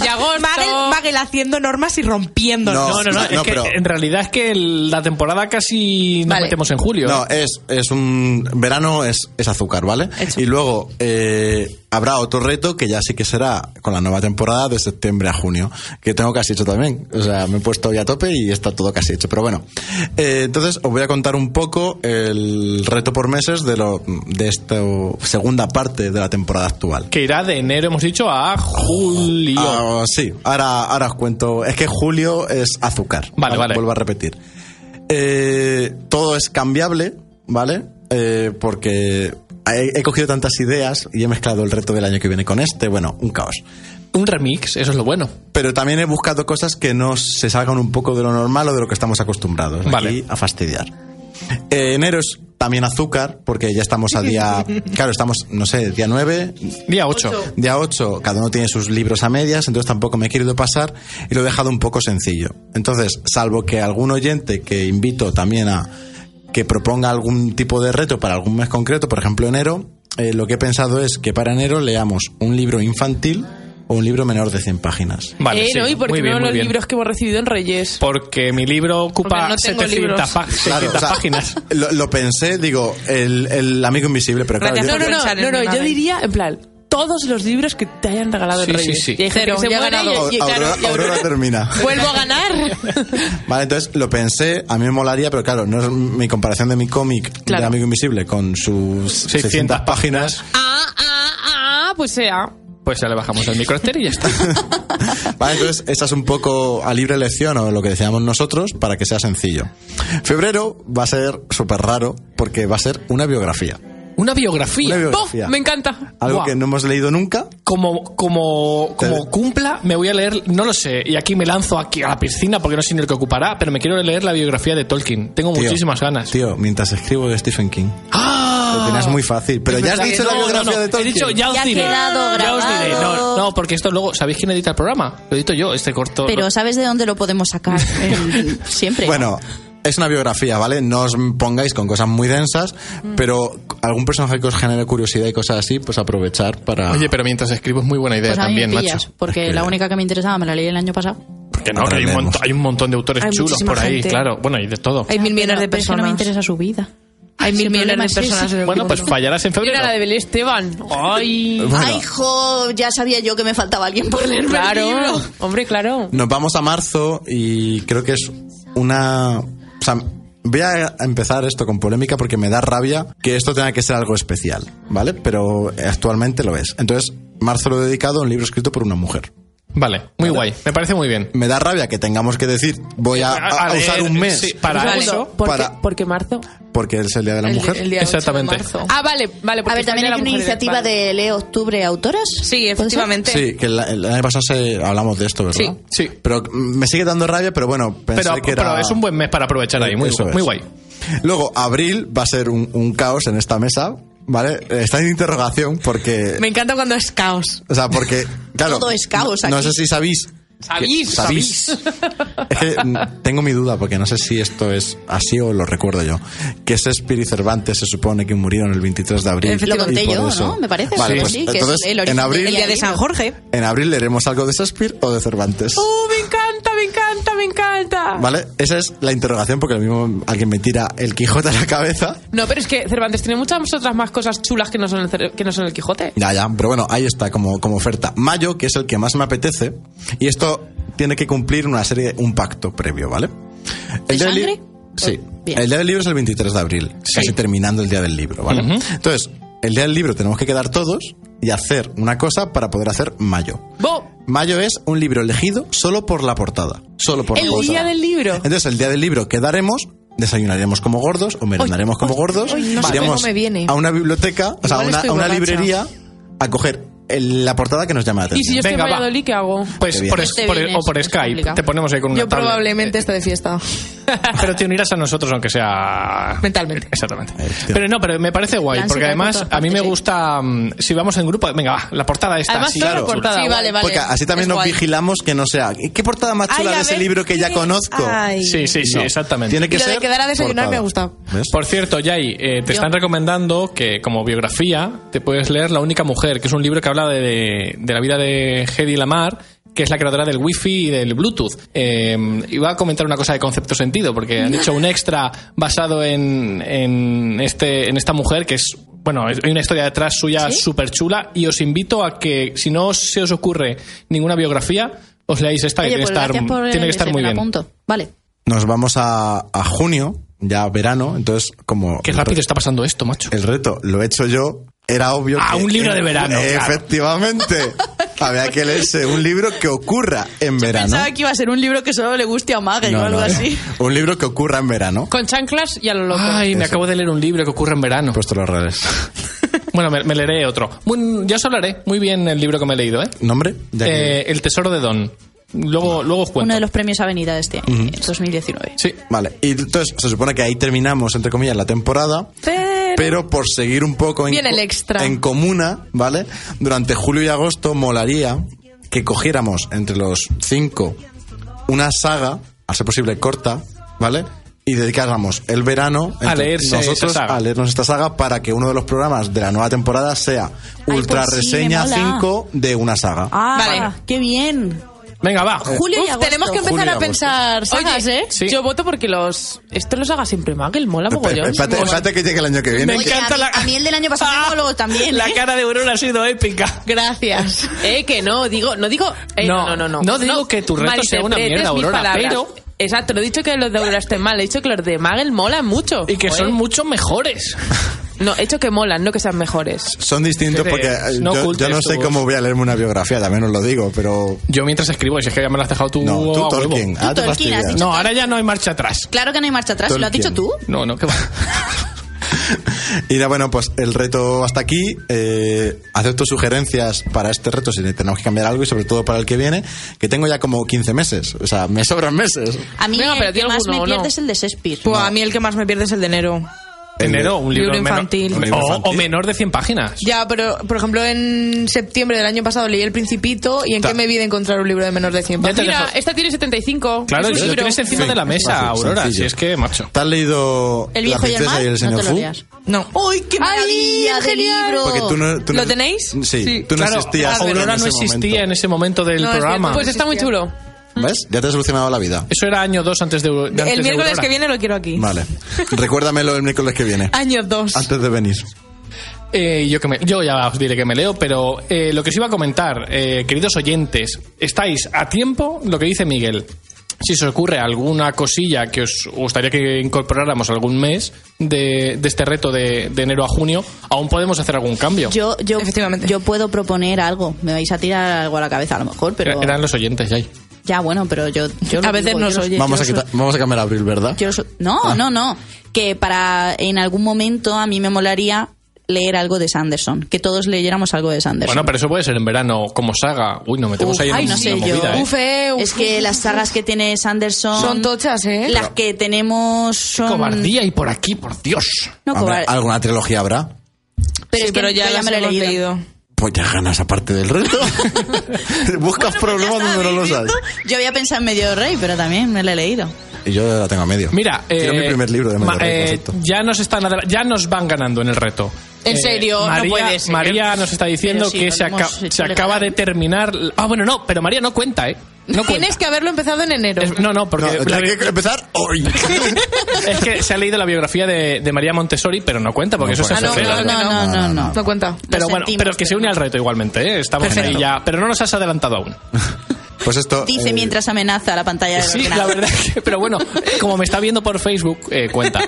Speaker 3: Y agosto.
Speaker 6: Magel, Magel haciendo normas y rompiendo.
Speaker 5: No.
Speaker 4: No, no, no, es que
Speaker 5: pero-
Speaker 4: en realidad es que el- la temporada casi nos
Speaker 6: Vale.
Speaker 4: metemos en julio.
Speaker 5: No, es, es un verano es, es azúcar, ¿vale?
Speaker 6: Hecho.
Speaker 5: Y luego eh, habrá otro reto que ya sí que será con la nueva temporada de septiembre a junio, que tengo casi hecho también. O sea, me he puesto ya a tope y está todo casi hecho. Pero bueno, Eh, entonces os voy a contar un poco el reto por meses de, lo, de esta segunda parte de la temporada actual.
Speaker 4: Que irá de enero, hemos dicho, a julio.
Speaker 5: Ah, sí, ahora, ahora os cuento. Es que julio es azúcar.
Speaker 4: Vale, vale.
Speaker 5: Vuelvo a repetir. Eh, todo es cambiable, ¿vale? Eh, porque he, he cogido tantas ideas y he mezclado el reto del año que viene con este. Bueno, un caos.
Speaker 4: Un remix, eso es lo bueno.
Speaker 5: Pero también he buscado cosas que no se salgan un poco de lo normal o de lo que estamos acostumbrados.
Speaker 4: Vale.
Speaker 5: Aquí a fastidiar. Eh, enero es También azúcar, porque ya estamos al día, claro, estamos, no sé, día 9,
Speaker 4: Día 8.
Speaker 5: día 8, cada uno tiene sus libros a medias, entonces tampoco me he querido pasar y lo he dejado un poco sencillo. Entonces, salvo que algún oyente que invito también a que proponga algún tipo de reto para algún mes concreto, por ejemplo enero, eh, lo que he pensado es que para enero leamos un libro infantil o un libro menor de 100 páginas.
Speaker 4: Vale,
Speaker 3: eh,
Speaker 4: sí.
Speaker 3: no, ¿y por qué
Speaker 4: muy bien,
Speaker 3: no
Speaker 4: muy
Speaker 3: los
Speaker 4: bien.
Speaker 3: libros que hemos recibido en Reyes?
Speaker 4: Porque mi libro ocupa
Speaker 3: Porque no tengo
Speaker 4: 700,
Speaker 3: libros.
Speaker 4: pá- 700
Speaker 5: o sea,
Speaker 4: páginas.
Speaker 5: Lo, lo pensé, digo, el, el amigo invisible, pero claro,
Speaker 6: Gracias,
Speaker 5: yo-
Speaker 3: No, no, no,
Speaker 6: pensar en
Speaker 3: no, no,
Speaker 6: una
Speaker 3: yo
Speaker 6: vez.
Speaker 3: diría, en plan, todos los libros que te hayan regalado
Speaker 4: Sí,
Speaker 3: en
Speaker 4: sí,
Speaker 3: Reyes.
Speaker 4: sí.
Speaker 3: Y hay gente
Speaker 6: Cero,
Speaker 3: que se
Speaker 6: ya he
Speaker 3: muere
Speaker 6: ganado.
Speaker 3: y- y, claro,
Speaker 5: Aurora,
Speaker 3: y Aurora-
Speaker 5: Aurora termina.
Speaker 3: Vuelvo a ganar.
Speaker 5: Vale, entonces lo pensé, a mí me molaría, pero claro, no es mi comparación de mi cómic
Speaker 3: Claro.
Speaker 5: de Amigo Invisible con sus 600, páginas.
Speaker 3: ah, ah, ah, pues sea.
Speaker 4: Pues ya le bajamos el microster y ya está.
Speaker 5: Vale, entonces esa es un poco a libre elección o lo que decíamos nosotros para que sea sencillo. Febrero va a ser súper raro porque va a ser una biografía.
Speaker 4: Una biografía.
Speaker 5: Una
Speaker 3: ¡Pof!
Speaker 5: biografía.
Speaker 3: Me encanta.
Speaker 5: Algo
Speaker 4: Buah.
Speaker 5: que no hemos leído nunca.
Speaker 4: Como, como, como
Speaker 5: Te-
Speaker 4: cumpla, me voy a leer, no lo sé, y aquí me lanzo aquí a la piscina porque no sé ni el que ocupará, pero me quiero leer la biografía de Tolkien. Tengo
Speaker 5: Tío,
Speaker 4: muchísimas ganas.
Speaker 5: Tío, mientras escribo de Stephen King.
Speaker 4: ¡Ah!
Speaker 5: Lo tenías muy fácil. Pero
Speaker 4: Es
Speaker 5: ya has
Speaker 4: verdad que
Speaker 5: dicho la
Speaker 4: no,
Speaker 5: biografía
Speaker 4: no, no.
Speaker 5: de Tolkien.
Speaker 4: He dicho, ya os
Speaker 1: Ya ha
Speaker 4: diré.
Speaker 1: quedado
Speaker 4: ya os diré.
Speaker 1: grabado.
Speaker 4: No, no, porque esto luego, ¿sabéis quién edita el programa? Lo edito yo, este corto.
Speaker 1: Pero ¿sabes de dónde lo podemos sacar? En- siempre.
Speaker 5: Bueno, es una biografía, ¿vale? No os pongáis con cosas muy densas,
Speaker 1: Mm.
Speaker 5: pero algún personaje que os genere curiosidad y cosas así, pues aprovechar para...
Speaker 4: Oye, pero mientras escribo es muy
Speaker 5: eh,
Speaker 4: buena idea
Speaker 1: pues a mí me
Speaker 4: también,
Speaker 1: pillas,
Speaker 4: macho.
Speaker 1: Porque la única que me interesaba me la leí el año pasado.
Speaker 4: Porque no, que hay un,
Speaker 5: Aprendemos.
Speaker 4: montón, hay un montón de autores
Speaker 6: Hay
Speaker 4: chulos
Speaker 6: muchísima
Speaker 4: por ahí,
Speaker 6: gente.
Speaker 4: claro. Bueno, y de todo.
Speaker 6: Hay mil millones de
Speaker 1: Pero es que no me
Speaker 6: personas.
Speaker 1: interesa su vida.
Speaker 6: Hay
Speaker 1: Si
Speaker 6: mil
Speaker 1: el problema
Speaker 6: millones
Speaker 1: es
Speaker 6: de personas.
Speaker 1: ese.
Speaker 6: en el
Speaker 4: Bueno,
Speaker 6: mundo.
Speaker 4: pues fallarás en
Speaker 3: Yo
Speaker 4: febrero.
Speaker 3: era la de Belén Esteban. ¡Ay!
Speaker 5: Bueno.
Speaker 1: Ay, jo, ya sabía yo que me faltaba alguien por leerme el
Speaker 3: Claro,
Speaker 1: libro.
Speaker 3: hombre, claro.
Speaker 5: Nos vamos a marzo y creo que es una... O sea, voy a empezar esto con polémica porque me da rabia que esto tenga que ser algo especial, ¿vale? Pero actualmente lo es. Entonces, marzo lo he dedicado a un libro escrito por una mujer.
Speaker 4: Vale, muy guay. Me parece muy bien.
Speaker 5: Me da rabia que tengamos que decir, voy a, a- a
Speaker 4: leer,
Speaker 5: usar un mes
Speaker 4: sí, para
Speaker 3: Vale,
Speaker 4: eso.
Speaker 3: porque,
Speaker 5: para-
Speaker 3: porque marzo.
Speaker 5: porque es el Día de la
Speaker 6: El-
Speaker 5: Mujer.
Speaker 6: el día ocho de
Speaker 4: Exactamente.
Speaker 6: marzo.
Speaker 3: Ah, vale, vale.
Speaker 1: A
Speaker 3: porque
Speaker 1: ver, también
Speaker 3: fue
Speaker 1: hay
Speaker 3: el
Speaker 1: una
Speaker 3: Día de la Mujer,
Speaker 1: iniciativa
Speaker 3: vale.
Speaker 1: de Lee Octubre Autoras.
Speaker 6: Sí,
Speaker 1: ¿Puede ser?
Speaker 6: efectivamente.
Speaker 5: Sí, que la- el año pasado se- hablamos de esto, ¿verdad?
Speaker 3: Sí,
Speaker 4: sí.
Speaker 5: Pero mm, me sigue dando rabia, pero bueno, pensé
Speaker 4: Pero,
Speaker 5: que era...
Speaker 4: pero es un buen mes para aprovechar ahí. Muy,
Speaker 5: Eso es.
Speaker 4: muy guay.
Speaker 5: Luego, abril va a ser un, un caos en esta mesa, ¿vale? Eh, Está en interrogación porque...
Speaker 6: Me encanta cuando es caos.
Speaker 5: O sea, porque, claro...
Speaker 1: Todo es caos
Speaker 5: No, no
Speaker 1: aquí.
Speaker 5: sé si sabéis...
Speaker 3: Sabéis,
Speaker 5: que- Es que mm, tengo mi duda porque no sé si esto es así o lo recuerdo yo. Que Shakespeare y Cervantes se supone que murieron el 23 de abril.
Speaker 1: Lo conté
Speaker 5: y por
Speaker 1: yo,
Speaker 5: eso-
Speaker 1: ¿no? Me parece.
Speaker 5: Vale,
Speaker 1: Sí.
Speaker 5: pues,
Speaker 1: Sí, que es
Speaker 5: entonces,
Speaker 1: el origen
Speaker 5: en abril,
Speaker 1: del
Speaker 6: El día de
Speaker 1: libro.
Speaker 6: San Jorge.
Speaker 5: en abril leeremos algo de Shakespeare o de Cervantes.
Speaker 1: Oh,
Speaker 3: ¡Uh, me encanta, me encanta, me encanta!
Speaker 5: ¿Vale? Esa es la interrogación porque lo mismo alguien me tira el Quijote a la cabeza.
Speaker 3: No, pero es que Cervantes tiene muchas otras más cosas chulas que no son el, cer- que no son el Quijote.
Speaker 5: Ya, ya, pero bueno, ahí está como, como oferta. Mayo, que es el que más me apetece, y esto tiene que cumplir una serie, un pacto previo, ¿vale?
Speaker 1: ¿De
Speaker 5: día del li-
Speaker 1: sangre?
Speaker 5: Sí.
Speaker 1: Bien.
Speaker 5: El día del libro es el 23 de abril, casi terminando el día del libro, ¿vale?
Speaker 4: Ujú.
Speaker 5: Entonces, el día del libro tenemos que quedar todos y hacer una cosa para poder hacer mayo.
Speaker 3: Bo,
Speaker 5: Mayo es un libro elegido solo por la portada. Solo por
Speaker 3: El
Speaker 5: la portada.
Speaker 3: día del libro.
Speaker 5: Entonces, el día del libro quedaremos, desayunaremos como gordos o merendaremos como gordos.
Speaker 6: hoy no sé
Speaker 5: iremos
Speaker 6: cómo me viene.
Speaker 5: a una biblioteca, o sea, a
Speaker 6: Igual
Speaker 5: una,
Speaker 6: estoy
Speaker 5: a una
Speaker 6: borracha.
Speaker 5: librería a coger el- la portada que nos llama la
Speaker 3: ¿y si
Speaker 5: atención.
Speaker 3: yo estoy en
Speaker 4: Venga, va.
Speaker 3: Valladolid, qué hago?
Speaker 4: Pues
Speaker 5: Qué bien.
Speaker 4: por, es-
Speaker 1: Te
Speaker 4: por-
Speaker 1: vienes,
Speaker 4: o por
Speaker 1: es
Speaker 4: Skype
Speaker 1: complicado.
Speaker 4: te ponemos ahí con una
Speaker 6: Yo
Speaker 4: tablet.
Speaker 6: probablemente esté de fiesta.
Speaker 4: Pero te unirás a nosotros aunque sea...
Speaker 6: Mentalmente.
Speaker 4: Exactamente.
Speaker 5: Efectivamente.
Speaker 4: Pero no, pero me parece guay,
Speaker 1: Plan
Speaker 4: porque
Speaker 1: se cae por
Speaker 4: además
Speaker 1: todas
Speaker 4: a mí me
Speaker 1: partes, ¿eh?
Speaker 4: gusta... mm, Si vamos en grupo, venga, va, la portada está
Speaker 3: Además,
Speaker 4: así.
Speaker 3: toda
Speaker 5: claro.
Speaker 3: la portada.
Speaker 6: Sí, vale, vale.
Speaker 5: Porque así también
Speaker 6: Es
Speaker 5: nos
Speaker 6: guay.
Speaker 5: vigilamos que no sea. ¿Qué portada más chula
Speaker 6: Ay, a
Speaker 5: de ese
Speaker 6: ver
Speaker 5: libro que ya
Speaker 6: qué-
Speaker 5: conozco?
Speaker 6: Ay.
Speaker 4: Sí, sí, sí,
Speaker 5: No.
Speaker 4: exactamente.
Speaker 5: Tiene que
Speaker 6: Y lo de
Speaker 5: ser.
Speaker 6: quedar a desayunar
Speaker 5: portada.
Speaker 6: me ha gustado.
Speaker 5: ¿Ves?
Speaker 4: Por cierto, Yay, eh, te
Speaker 6: Yo.
Speaker 4: están recomendando que como biografía te puedes leer La única mujer, que es un libro que habla de, de la vida de Hedy Lamar, que es la creadora del wifi y del Bluetooth. Eh, iba a comentar una cosa de concepto sentido, porque han hecho un extra basado en, en este, en esta mujer, que es... Bueno, es- hay una historia detrás suya súper chula y os invito a que, si no se os ocurre ninguna biografía, os leáis esta que
Speaker 1: Oye,
Speaker 4: tiene,
Speaker 1: pues
Speaker 4: que estar-
Speaker 1: gracias por el
Speaker 4: tiene que estar
Speaker 1: ese,
Speaker 4: muy
Speaker 1: me la
Speaker 4: bien.
Speaker 1: apunto. Vale.
Speaker 5: Nos vamos a, a junio, ya verano, entonces como.
Speaker 4: Qué rápido está pasando esto, macho.
Speaker 5: el reto lo he hecho yo, era obvio
Speaker 4: Ah,
Speaker 5: que-
Speaker 4: un libro de verano, claro.
Speaker 5: Efectivamente. Había que leerse un libro que ocurra en verano.
Speaker 1: Pensaba que iba a ser un libro que solo le guste a Mague
Speaker 5: No,
Speaker 1: o algo
Speaker 5: no, no.
Speaker 1: así.
Speaker 5: Un libro que ocurra en verano.
Speaker 3: Con chanclas y a lo loco.
Speaker 4: Ay, me
Speaker 5: Eso. Pues-
Speaker 4: acabo de leer un libro que ocurre en verano.
Speaker 5: Puesto los redes.
Speaker 4: Bueno, me, me leeré otro. Muy- ya os hablaré. Muy bien el libro que me he leído, ¿eh?
Speaker 5: ¿Nombre? Ya que-
Speaker 4: Eh, el Tesoro de Don. Luego, luego os cuento.
Speaker 1: Uno de los premios Avenida de este 2019.
Speaker 4: Sí.
Speaker 5: Vale, y entonces se supone que ahí terminamos, entre comillas, la temporada.
Speaker 6: Pero-
Speaker 5: Pero por seguir un poco en,
Speaker 6: Viene el
Speaker 5: co-
Speaker 6: extra.
Speaker 5: en comuna, ¿vale? Durante julio y agosto molaría que cogiéramos entre los cinco una saga, a ser posible corta, ¿vale? Y dedicáramos el verano
Speaker 4: A
Speaker 5: entre
Speaker 4: leerse
Speaker 5: nosotros
Speaker 4: esa saga.
Speaker 5: a leernos esta saga para que uno de los programas de la nueva temporada sea
Speaker 1: pues
Speaker 5: Ultra
Speaker 1: sí, me
Speaker 5: Reseña
Speaker 1: mola.
Speaker 5: 5 de una saga.
Speaker 1: Ah,
Speaker 6: Vale.
Speaker 1: qué bien.
Speaker 4: Venga, va.
Speaker 1: Julio y
Speaker 6: Uf,
Speaker 1: agosto.
Speaker 6: tenemos que
Speaker 5: Julio
Speaker 6: empezar
Speaker 5: y
Speaker 6: a
Speaker 5: agosto.
Speaker 6: pensar sagas,
Speaker 3: Oye,
Speaker 6: ¿eh?
Speaker 4: Sí.
Speaker 3: yo voto porque los... Esto los haga siempre Magel, mola
Speaker 5: Espe-
Speaker 3: mogollón.
Speaker 5: Espérate, espérate que llegue el año que viene.
Speaker 1: Oye, a mí- a mí el del año pasado me moló también,
Speaker 4: La
Speaker 1: ¿eh?
Speaker 4: cara de Aurora ha sido épica.
Speaker 6: Gracias.
Speaker 3: Eh, que no, digo, no digo... eh,
Speaker 4: No,
Speaker 3: no, no, no, no.
Speaker 4: no digo que tu reto sea una
Speaker 3: malinterpretes
Speaker 4: mierda,
Speaker 3: mis
Speaker 4: Aurora,
Speaker 3: palabras.
Speaker 4: pero-
Speaker 3: Exacto, no he dicho que los de Aurora estén mal, he dicho que los de Magel molan mucho.
Speaker 4: Y que
Speaker 3: Joder.
Speaker 4: son mucho mejores.
Speaker 3: No, he dicho que molan, no que sean mejores.
Speaker 5: Son distintos
Speaker 4: Fede,
Speaker 5: porque eh,
Speaker 4: no
Speaker 5: yo, yo
Speaker 4: ocultes
Speaker 5: no
Speaker 4: tu
Speaker 5: sé
Speaker 4: voz.
Speaker 5: cómo voy a leerme una biografía, también os lo digo, pero...
Speaker 4: Yo mientras escribo, si es que ya me lo has dejado tú.
Speaker 5: No,
Speaker 4: Uh, a
Speaker 5: tú
Speaker 4: huevo.
Speaker 5: Tolkien. Ah,
Speaker 1: Tú Tolkien, has
Speaker 5: te fastidias.
Speaker 1: dicho.
Speaker 4: No, ahora ya no hay marcha atrás.
Speaker 1: Claro que no hay marcha atrás, ¿lo has dicho
Speaker 5: Tolkien.
Speaker 1: tú?
Speaker 4: No, no, que va.
Speaker 5: Y da, bueno, pues el reto hasta aquí. Eh, acepto sugerencias para este reto si tenemos que cambiar algo y sobre todo para el que viene, que tengo ya como 15 meses. O sea, me sobran meses.
Speaker 1: A mí
Speaker 3: Venga,
Speaker 1: el
Speaker 3: pero di
Speaker 1: que más
Speaker 3: alguno,
Speaker 1: me
Speaker 3: ¿o no?
Speaker 1: pierde es el de Shakespeare.
Speaker 6: Pues a mí el que más me pierde es el de enero.
Speaker 4: Enero, un libro,
Speaker 6: Libro
Speaker 4: menor-
Speaker 6: infantil.
Speaker 4: o-
Speaker 5: Un libro infantil.
Speaker 4: o menor de 100 páginas.
Speaker 6: Ya, pero por ejemplo en septiembre del año pasado leí El Principito y en
Speaker 5: Ta-
Speaker 6: qué me vi de encontrar un libro de menos de 100 páginas.
Speaker 3: Mira,
Speaker 4: dejo-
Speaker 3: esta tiene 75.
Speaker 4: Claro,
Speaker 3: es un
Speaker 4: si lo
Speaker 3: libro.
Speaker 4: tienes encima de la mesa,
Speaker 5: fácil,
Speaker 4: Aurora.
Speaker 5: sencillo.
Speaker 4: Si es que, macho.
Speaker 5: ¿Te has leído
Speaker 1: El viejo
Speaker 5: La
Speaker 1: y el
Speaker 5: princesa
Speaker 1: mar,
Speaker 5: y el
Speaker 1: no
Speaker 5: señor
Speaker 1: te lo
Speaker 5: Fu?
Speaker 1: leas.
Speaker 6: No.
Speaker 1: ¡Uy, qué maravilla de
Speaker 6: genial!
Speaker 1: libro!
Speaker 5: Porque tú no, tú no-
Speaker 6: ¿Lo tenéis?
Speaker 5: Sí,
Speaker 6: Sí.
Speaker 5: tú no
Speaker 4: Claro,
Speaker 5: existías.
Speaker 4: Aurora
Speaker 5: en
Speaker 4: no
Speaker 5: ese
Speaker 4: existía en
Speaker 5: momento.
Speaker 4: ese momento del
Speaker 6: No, es
Speaker 4: programa.
Speaker 6: cierto.
Speaker 3: Pues está muy chulo.
Speaker 5: ¿Ves? Ya te has solucionado la vida.
Speaker 4: Eso era año 2 antes de. de antes
Speaker 6: El
Speaker 4: de
Speaker 6: miércoles
Speaker 4: Aurora.
Speaker 6: que viene lo quiero aquí.
Speaker 5: Vale. Ah. Recuérdamelo el miércoles que viene.
Speaker 6: Año 2.
Speaker 5: Antes de venir.
Speaker 4: Eh, yo, que me- yo ya os diré que me leo, pero eh, lo que os iba a comentar, eh, queridos oyentes, estáis a tiempo lo que dice Miguel. Si se os ocurre alguna cosilla que os gustaría que incorporáramos algún mes de, de este reto de, de enero a junio, aún podemos hacer algún cambio.
Speaker 1: Yo, yo,
Speaker 6: Efectivamente.
Speaker 1: yo puedo proponer algo. Me vais a tirar algo a la cabeza a lo mejor, pero.
Speaker 4: Era- Eh, Eran los oyentes, ya. ahí.
Speaker 1: Ya, bueno, pero yo. yo
Speaker 6: A
Speaker 1: lo
Speaker 6: veces
Speaker 1: digo,
Speaker 6: nos
Speaker 1: yo lo-
Speaker 6: oye.
Speaker 5: Vamos
Speaker 6: yo
Speaker 5: a, quitar-
Speaker 6: soy-
Speaker 5: vamos a cambiar abril, ¿verdad?
Speaker 1: yo so- no,
Speaker 4: Ah.
Speaker 1: no, no. Que para en algún momento a mí me molaría leer algo de Sanderson. Que todos leyéramos algo de Sanderson.
Speaker 4: Bueno, pero eso puede ser en verano como saga. Uy, nos metemos
Speaker 1: Uf,
Speaker 4: ahí en
Speaker 1: ay,
Speaker 4: una
Speaker 1: no sé yo.
Speaker 4: movida, ¿eh?
Speaker 6: Uf, eh, uf,
Speaker 1: es que
Speaker 6: uf,
Speaker 1: las
Speaker 6: uf,
Speaker 1: sagas que tiene Sanderson.
Speaker 6: Son tochas, ¿eh?
Speaker 1: Las que tenemos son.
Speaker 4: Cobardía y por aquí, por Dios.
Speaker 1: No,
Speaker 5: Habrá-
Speaker 1: cobar-
Speaker 5: ¿Alguna trilogía habrá?
Speaker 1: Pero
Speaker 6: Sí,
Speaker 1: es que
Speaker 6: pero ya,
Speaker 1: yo ya
Speaker 6: las
Speaker 1: me lo he
Speaker 6: hemos
Speaker 1: leído.
Speaker 6: leído.
Speaker 5: Pues ya ganas aparte del reto. Buscas problemas
Speaker 1: pues Ya está,
Speaker 5: donde no
Speaker 1: ¿habéis
Speaker 5: los hay.
Speaker 1: visto? Yo había pensado en Medio Rey, pero también me lo he leído.
Speaker 5: Y yo la tengo a medio.
Speaker 4: Mira,
Speaker 5: Quiero
Speaker 4: eh,
Speaker 5: mi primer libro de
Speaker 4: ma-
Speaker 5: medio rey,
Speaker 4: eh,
Speaker 5: perfecto.
Speaker 4: ya nos están adela- ya nos van ganando en el reto. Eh,
Speaker 6: En serio, no
Speaker 4: María,
Speaker 6: puede ser.
Speaker 4: María nos está diciendo
Speaker 1: Pero sí,
Speaker 4: que
Speaker 1: lo
Speaker 4: se,
Speaker 1: hemos
Speaker 4: aca-
Speaker 1: hecho
Speaker 4: se acaba
Speaker 1: legal.
Speaker 4: de terminar. Ah, bueno, no, pero María no cuenta, ¿eh? No cuenta.
Speaker 6: Tienes que haberlo empezado en enero.
Speaker 4: Es- no, no,
Speaker 5: No,
Speaker 4: porque la-
Speaker 5: tengo que empezar hoy.
Speaker 4: es que se ha leído la biografía de, de María Montessori, pero no cuenta porque eso
Speaker 5: No
Speaker 4: se
Speaker 5: cuenta.
Speaker 4: hace
Speaker 6: Ah, no,
Speaker 4: cero.
Speaker 6: no, no,
Speaker 1: no, no.
Speaker 6: No cuenta.
Speaker 4: Pero
Speaker 1: Lo
Speaker 4: bueno,
Speaker 1: sentimos,
Speaker 4: pero que se
Speaker 1: pero
Speaker 4: une
Speaker 1: no.
Speaker 4: al reto igualmente, ¿eh? Estamos
Speaker 6: Perfecto.
Speaker 4: ahí ya. Pero no nos has adelantado aún.
Speaker 5: Pues esto.
Speaker 1: Dice
Speaker 5: eh,
Speaker 1: mientras amenaza la pantalla de
Speaker 4: Sí, la verdad es que, pero bueno, como me está viendo por Facebook, eh, cuenta.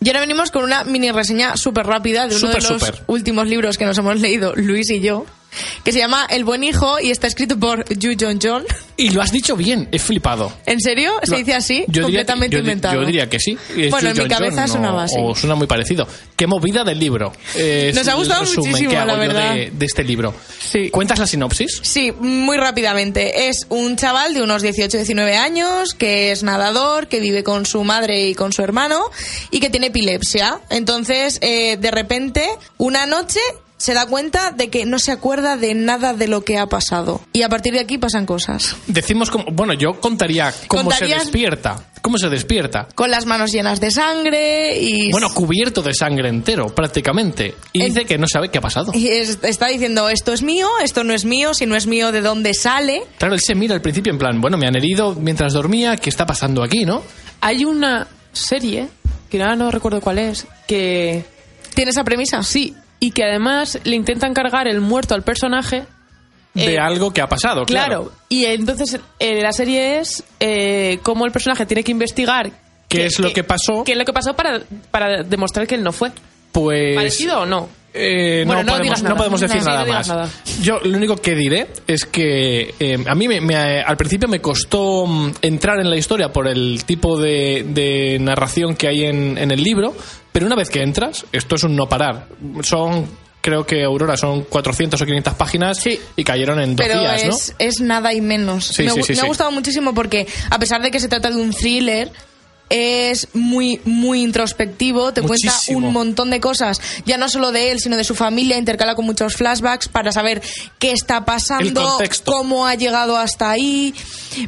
Speaker 6: Y ahora venimos con una mini reseña súper rápida de uno
Speaker 4: Súper,
Speaker 6: de los
Speaker 4: súper.
Speaker 6: últimos libros que nos hemos leído, Luis y yo, que se llama El buen hijo y está escrito por Yu John John.
Speaker 4: Y lo has dicho bien, he flipado.
Speaker 6: ¿En serio? ¿Se dice así?
Speaker 4: Yo diría que-
Speaker 6: Completamente
Speaker 4: yo di-
Speaker 6: inventado.
Speaker 4: Yo diría que sí. Es
Speaker 6: Bueno, en
Speaker 4: John
Speaker 6: mi cabeza
Speaker 4: John,
Speaker 6: sonaba
Speaker 4: o-
Speaker 6: así.
Speaker 4: O suena muy parecido. Qué movida del libro. Es
Speaker 6: Nos ha
Speaker 4: el
Speaker 6: gustado
Speaker 4: resumen
Speaker 6: muchísimo,
Speaker 4: que hago
Speaker 6: la
Speaker 4: yo
Speaker 6: verdad.
Speaker 4: De, de este libro.
Speaker 6: Sí.
Speaker 4: ¿Cuentas la sinopsis?
Speaker 6: Sí, muy rápidamente. Es un chaval de unos 18-19 años que es nadador, que vive con su madre y con su hermano y que tiene epilepsia. Entonces, eh, de repente, una noche se da cuenta de que no se acuerda de nada de lo que ha pasado. Y a partir de aquí pasan cosas.
Speaker 4: Decimos como. Bueno, yo contaría cómo
Speaker 6: Contarías-
Speaker 4: se despierta. ¿Cómo se despierta?
Speaker 6: Con las manos llenas de sangre y...
Speaker 4: Bueno, cubierto de sangre entero, prácticamente. Y
Speaker 6: En- Eh,
Speaker 4: dice que no sabe qué ha pasado.
Speaker 6: y es- está diciendo, esto es mío, esto no es mío, si no es mío, ¿de dónde sale?
Speaker 4: Claro, él se mira al principio en plan, bueno, me han herido mientras dormía, ¿qué está pasando aquí, no?
Speaker 3: Hay una serie, que ahora no recuerdo cuál es, que
Speaker 6: ¿Tiene esa premisa?
Speaker 3: sí, y que además le intentan cargar el muerto al personaje.
Speaker 4: De
Speaker 3: Eh,
Speaker 4: algo que ha pasado, claro.
Speaker 3: Claro, y entonces eh, la serie es eh, cómo el personaje tiene que investigar
Speaker 4: ¿Qué es lo que pasó?
Speaker 3: ¿Qué es lo que pasó para, para demostrar que él no fue?
Speaker 4: Pues.
Speaker 3: ¿Parecido o no?
Speaker 4: Eh,
Speaker 3: Bueno,
Speaker 4: no,
Speaker 3: no
Speaker 4: podemos,
Speaker 3: digas nada.
Speaker 4: no podemos decir
Speaker 3: Sí, no
Speaker 4: nada
Speaker 3: digas
Speaker 4: más.
Speaker 3: nada.
Speaker 4: Yo lo único que diré es que eh, a mí me- me- al principio me costó mm, entrar en la historia por el tipo de, de narración que hay en, en el libro, pero una vez que entras, esto es un no parar. Son. Creo que Aurora son 400 o 500 páginas y cayeron en dos
Speaker 6: pero
Speaker 4: días, ¿no?
Speaker 6: es, es nada y menos.
Speaker 4: Sí,
Speaker 6: me
Speaker 4: sí,
Speaker 6: gu-
Speaker 4: sí,
Speaker 6: me ha
Speaker 4: sí.
Speaker 6: gustado muchísimo porque, a pesar de que se trata de un thriller, es muy, muy introspectivo. Te
Speaker 4: Muchísimo.
Speaker 6: cuenta un montón de cosas, ya no solo de él, sino de su familia, intercala con muchos flashbacks para saber qué está
Speaker 4: El
Speaker 6: pasando,
Speaker 4: contexto.
Speaker 6: cómo ha llegado hasta ahí.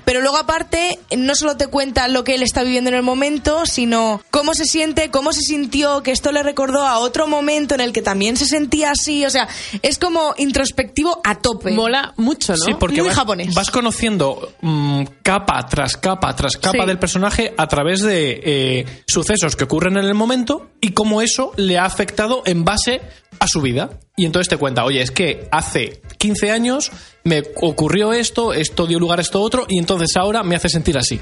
Speaker 6: Pero luego, aparte, no solo te cuenta lo que él está viviendo en el momento, sino cómo se siente, cómo se sintió, que esto le recordó a otro momento en el que también se sentía así. O sea, es como introspectivo a tope.
Speaker 3: Mola mucho, ¿no?
Speaker 4: Sí, porque
Speaker 6: Muy
Speaker 4: vas,
Speaker 6: japonés.
Speaker 4: vas conociendo mm, capa tras capa tras capa
Speaker 6: Sí.
Speaker 4: del personaje a través de eh, sucesos que ocurren en el momento y cómo eso le ha afectado en base a su vida. Y entonces te cuenta, oye, es que hace 15 años me ocurrió esto, esto dio lugar a esto otro, y entonces ahora me hace sentir así.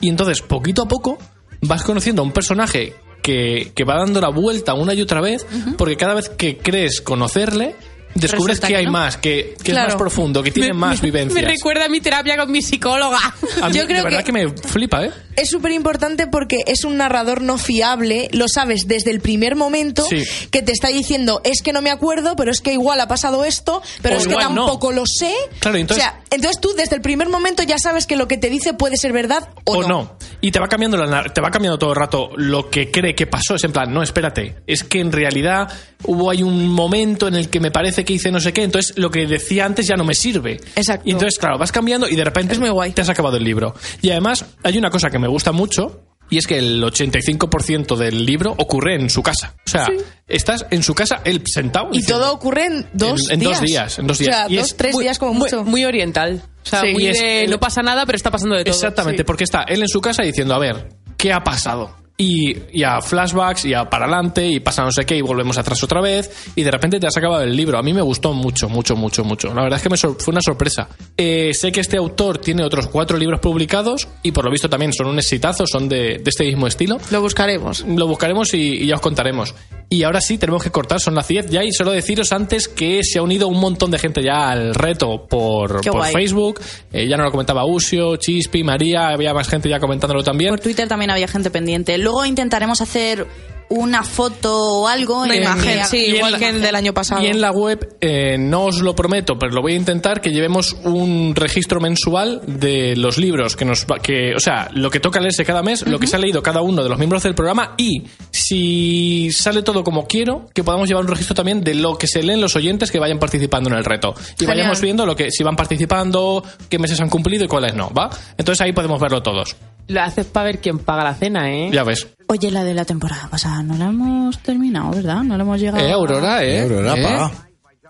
Speaker 4: Y entonces, poquito a poco, vas conociendo a un personaje que, que va dando la vuelta una y otra vez, porque cada vez que crees conocerle, descubres
Speaker 1: Resulta
Speaker 4: que,
Speaker 1: que
Speaker 4: hay
Speaker 1: no.
Speaker 4: más, que, que es
Speaker 6: Claro.
Speaker 4: más profundo, que tiene más vivencias.
Speaker 3: Me recuerda a mi terapia con mi psicóloga.
Speaker 4: A mí,
Speaker 6: Yo creo
Speaker 4: de verdad que...
Speaker 6: que-
Speaker 4: me flipa, ¿eh?
Speaker 6: Es súper importante porque es un narrador no fiable, lo sabes desde el primer momento,
Speaker 4: Sí.
Speaker 6: que te está diciendo, es que no me acuerdo, pero es que igual ha pasado esto, pero
Speaker 4: O
Speaker 6: es que
Speaker 4: igual no.
Speaker 6: tampoco lo sé.
Speaker 4: Claro, entonces-
Speaker 6: O sea, entonces tú desde el primer momento ya sabes que lo que te dice puede ser verdad o,
Speaker 4: O no. Y te va cambiando la nar- te va cambiando todo el rato lo que cree que pasó. Es en plan, no, espérate. Es que en realidad hubo hay un momento en el que me parece que hice no sé qué. Entonces lo que decía antes ya no me sirve.
Speaker 6: Exacto.
Speaker 4: Y entonces, claro, vas cambiando y de repente
Speaker 6: Es muy guay.
Speaker 4: te has acabado el libro. Y además, hay una cosa que me gusta mucho. Y es que el 85% del libro ocurre en su casa. O sea, estás en su casa, él sentado.
Speaker 6: Y
Speaker 4: diciendo,
Speaker 6: todo ocurre en dos
Speaker 4: En- en
Speaker 6: días.
Speaker 4: dos días, en dos días.
Speaker 6: O sea,
Speaker 4: Y
Speaker 6: dos,
Speaker 4: es
Speaker 6: tres
Speaker 4: muy-
Speaker 6: días como
Speaker 3: muy,
Speaker 6: mucho.
Speaker 3: muy oriental. O sea,
Speaker 4: Sí,
Speaker 3: muy
Speaker 4: y es-
Speaker 3: de no pasa nada, pero está pasando de todo.
Speaker 4: Exactamente, pues porque está él en su casa diciendo, a ver, ¿qué ha pasado? Y, y a flashbacks, y a para adelante, y pasa no sé qué, y volvemos atrás otra vez, y de repente te has acabado el libro. A mí me gustó mucho, mucho, mucho, mucho. La verdad es que me sor- fue una sorpresa. Eh, sé que este autor tiene otros cuatro libros publicados, y por lo visto también son un exitazo, son de, de este mismo estilo.
Speaker 6: Lo buscaremos.
Speaker 4: Lo buscaremos y, y ya os contaremos. Y ahora sí, tenemos que cortar, son las 10 ya. Y solo deciros antes que se ha unido un montón de gente ya al reto por,
Speaker 1: Qué
Speaker 4: por
Speaker 1: guay.
Speaker 4: Facebook. Eh, ya nos lo comentaba Usio, Chispi, María, había más gente ya comentándolo también.
Speaker 1: Por Twitter también había gente pendiente. Luego intentaremos hacer una foto o algo.
Speaker 6: Una
Speaker 1: en la que
Speaker 6: imagen,
Speaker 1: haga-
Speaker 6: sí,
Speaker 4: y en
Speaker 6: igual
Speaker 4: la-
Speaker 6: que el del año pasado.
Speaker 4: Y en la web, eh, no os lo prometo, pero lo voy a intentar, que llevemos un registro mensual de los libros que nos va- que, o sea, lo que toca leerse cada mes, lo que se ha leído cada uno de los miembros del programa y si sale todo como quiero, que podamos llevar un registro también de lo que se leen los oyentes que vayan participando en el reto. Y
Speaker 6: Genial.
Speaker 4: vayamos viendo lo que si van participando, qué meses han cumplido y cuáles no, ¿va? Entonces ahí podemos verlo todos.
Speaker 3: Lo haces para ver quién paga la cena, ¿eh?
Speaker 4: Ya ves.
Speaker 1: Oye, la de la temporada pasada no la hemos terminado, ¿verdad? No la hemos llegado.
Speaker 4: Eh, Aurora, eh.
Speaker 5: Aurora,
Speaker 4: eh.
Speaker 5: paga.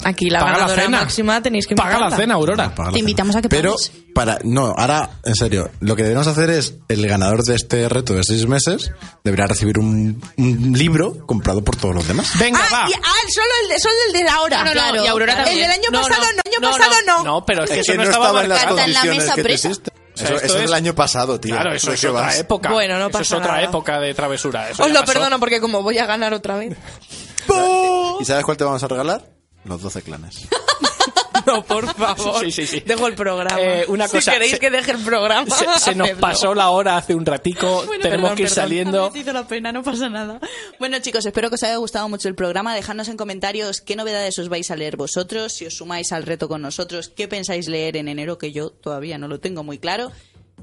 Speaker 6: Aquí la
Speaker 4: Paga la
Speaker 6: ganadora
Speaker 4: cena.
Speaker 6: máxima tenéis que
Speaker 4: Paga la
Speaker 6: invitarla.
Speaker 4: cena, Aurora.
Speaker 5: Paga la
Speaker 1: Te
Speaker 5: cena.
Speaker 1: invitamos a que
Speaker 5: Pero
Speaker 1: pagues.
Speaker 5: para no, ahora en serio, lo que debemos hacer es el ganador de este reto de seis meses deberá recibir un, un libro comprado por todos los demás.
Speaker 4: Venga,
Speaker 6: Ah,
Speaker 4: va.
Speaker 6: y- ah, solo el, de, solo el de ahora.
Speaker 3: No, no, no,
Speaker 6: Claro.
Speaker 3: y Aurora
Speaker 6: El
Speaker 3: también.
Speaker 6: del año
Speaker 3: No,
Speaker 6: pasado
Speaker 3: no,
Speaker 6: no, el año
Speaker 3: no,
Speaker 6: pasado no.
Speaker 3: no.
Speaker 4: No, pero es que,
Speaker 5: Es
Speaker 4: eso
Speaker 5: que
Speaker 4: no
Speaker 5: no
Speaker 4: estaba,
Speaker 5: estaba en las
Speaker 1: marcado. Carta en la
Speaker 5: condiciones
Speaker 1: mesa
Speaker 5: que te
Speaker 1: presa.
Speaker 5: hiciste.
Speaker 4: sea,
Speaker 5: Eso,
Speaker 4: esto
Speaker 5: eso es
Speaker 4: es-
Speaker 5: del año pasado, tío.
Speaker 4: Claro, eso
Speaker 5: ¿De
Speaker 4: es
Speaker 5: qué
Speaker 4: otra
Speaker 5: vas?
Speaker 4: época.
Speaker 6: Bueno, no
Speaker 4: Eso
Speaker 6: pasa
Speaker 4: es otra
Speaker 6: nada.
Speaker 4: época de travesura. eso
Speaker 6: Os
Speaker 4: ya
Speaker 6: lo
Speaker 4: pasó.
Speaker 6: perdono porque como voy a ganar otra vez.
Speaker 5: ¿Y sabes cuál te vamos a regalar? Los 12 clanes.
Speaker 6: No, por favor.
Speaker 4: Sí, sí, sí.
Speaker 6: Dejo el programa.
Speaker 4: Eh, una cosa,
Speaker 6: si queréis
Speaker 4: se-
Speaker 6: que deje el programa,
Speaker 4: Se, se nos
Speaker 6: hacedlo.
Speaker 4: pasó la hora hace un ratico.
Speaker 6: Bueno,
Speaker 4: Tenemos
Speaker 6: perdón,
Speaker 4: que ir
Speaker 6: perdón.
Speaker 4: saliendo.
Speaker 1: Merecido la pena, no pasa nada. Bueno, chicos, espero que os haya gustado mucho el programa. Dejadnos en comentarios qué novedades os vais a leer vosotros, si os sumáis al reto con nosotros, qué pensáis leer en enero, que yo todavía no lo tengo muy claro.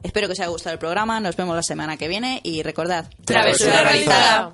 Speaker 1: Espero que os haya gustado el programa. Nos vemos la semana que viene y recordad.
Speaker 3: Travesura realizada.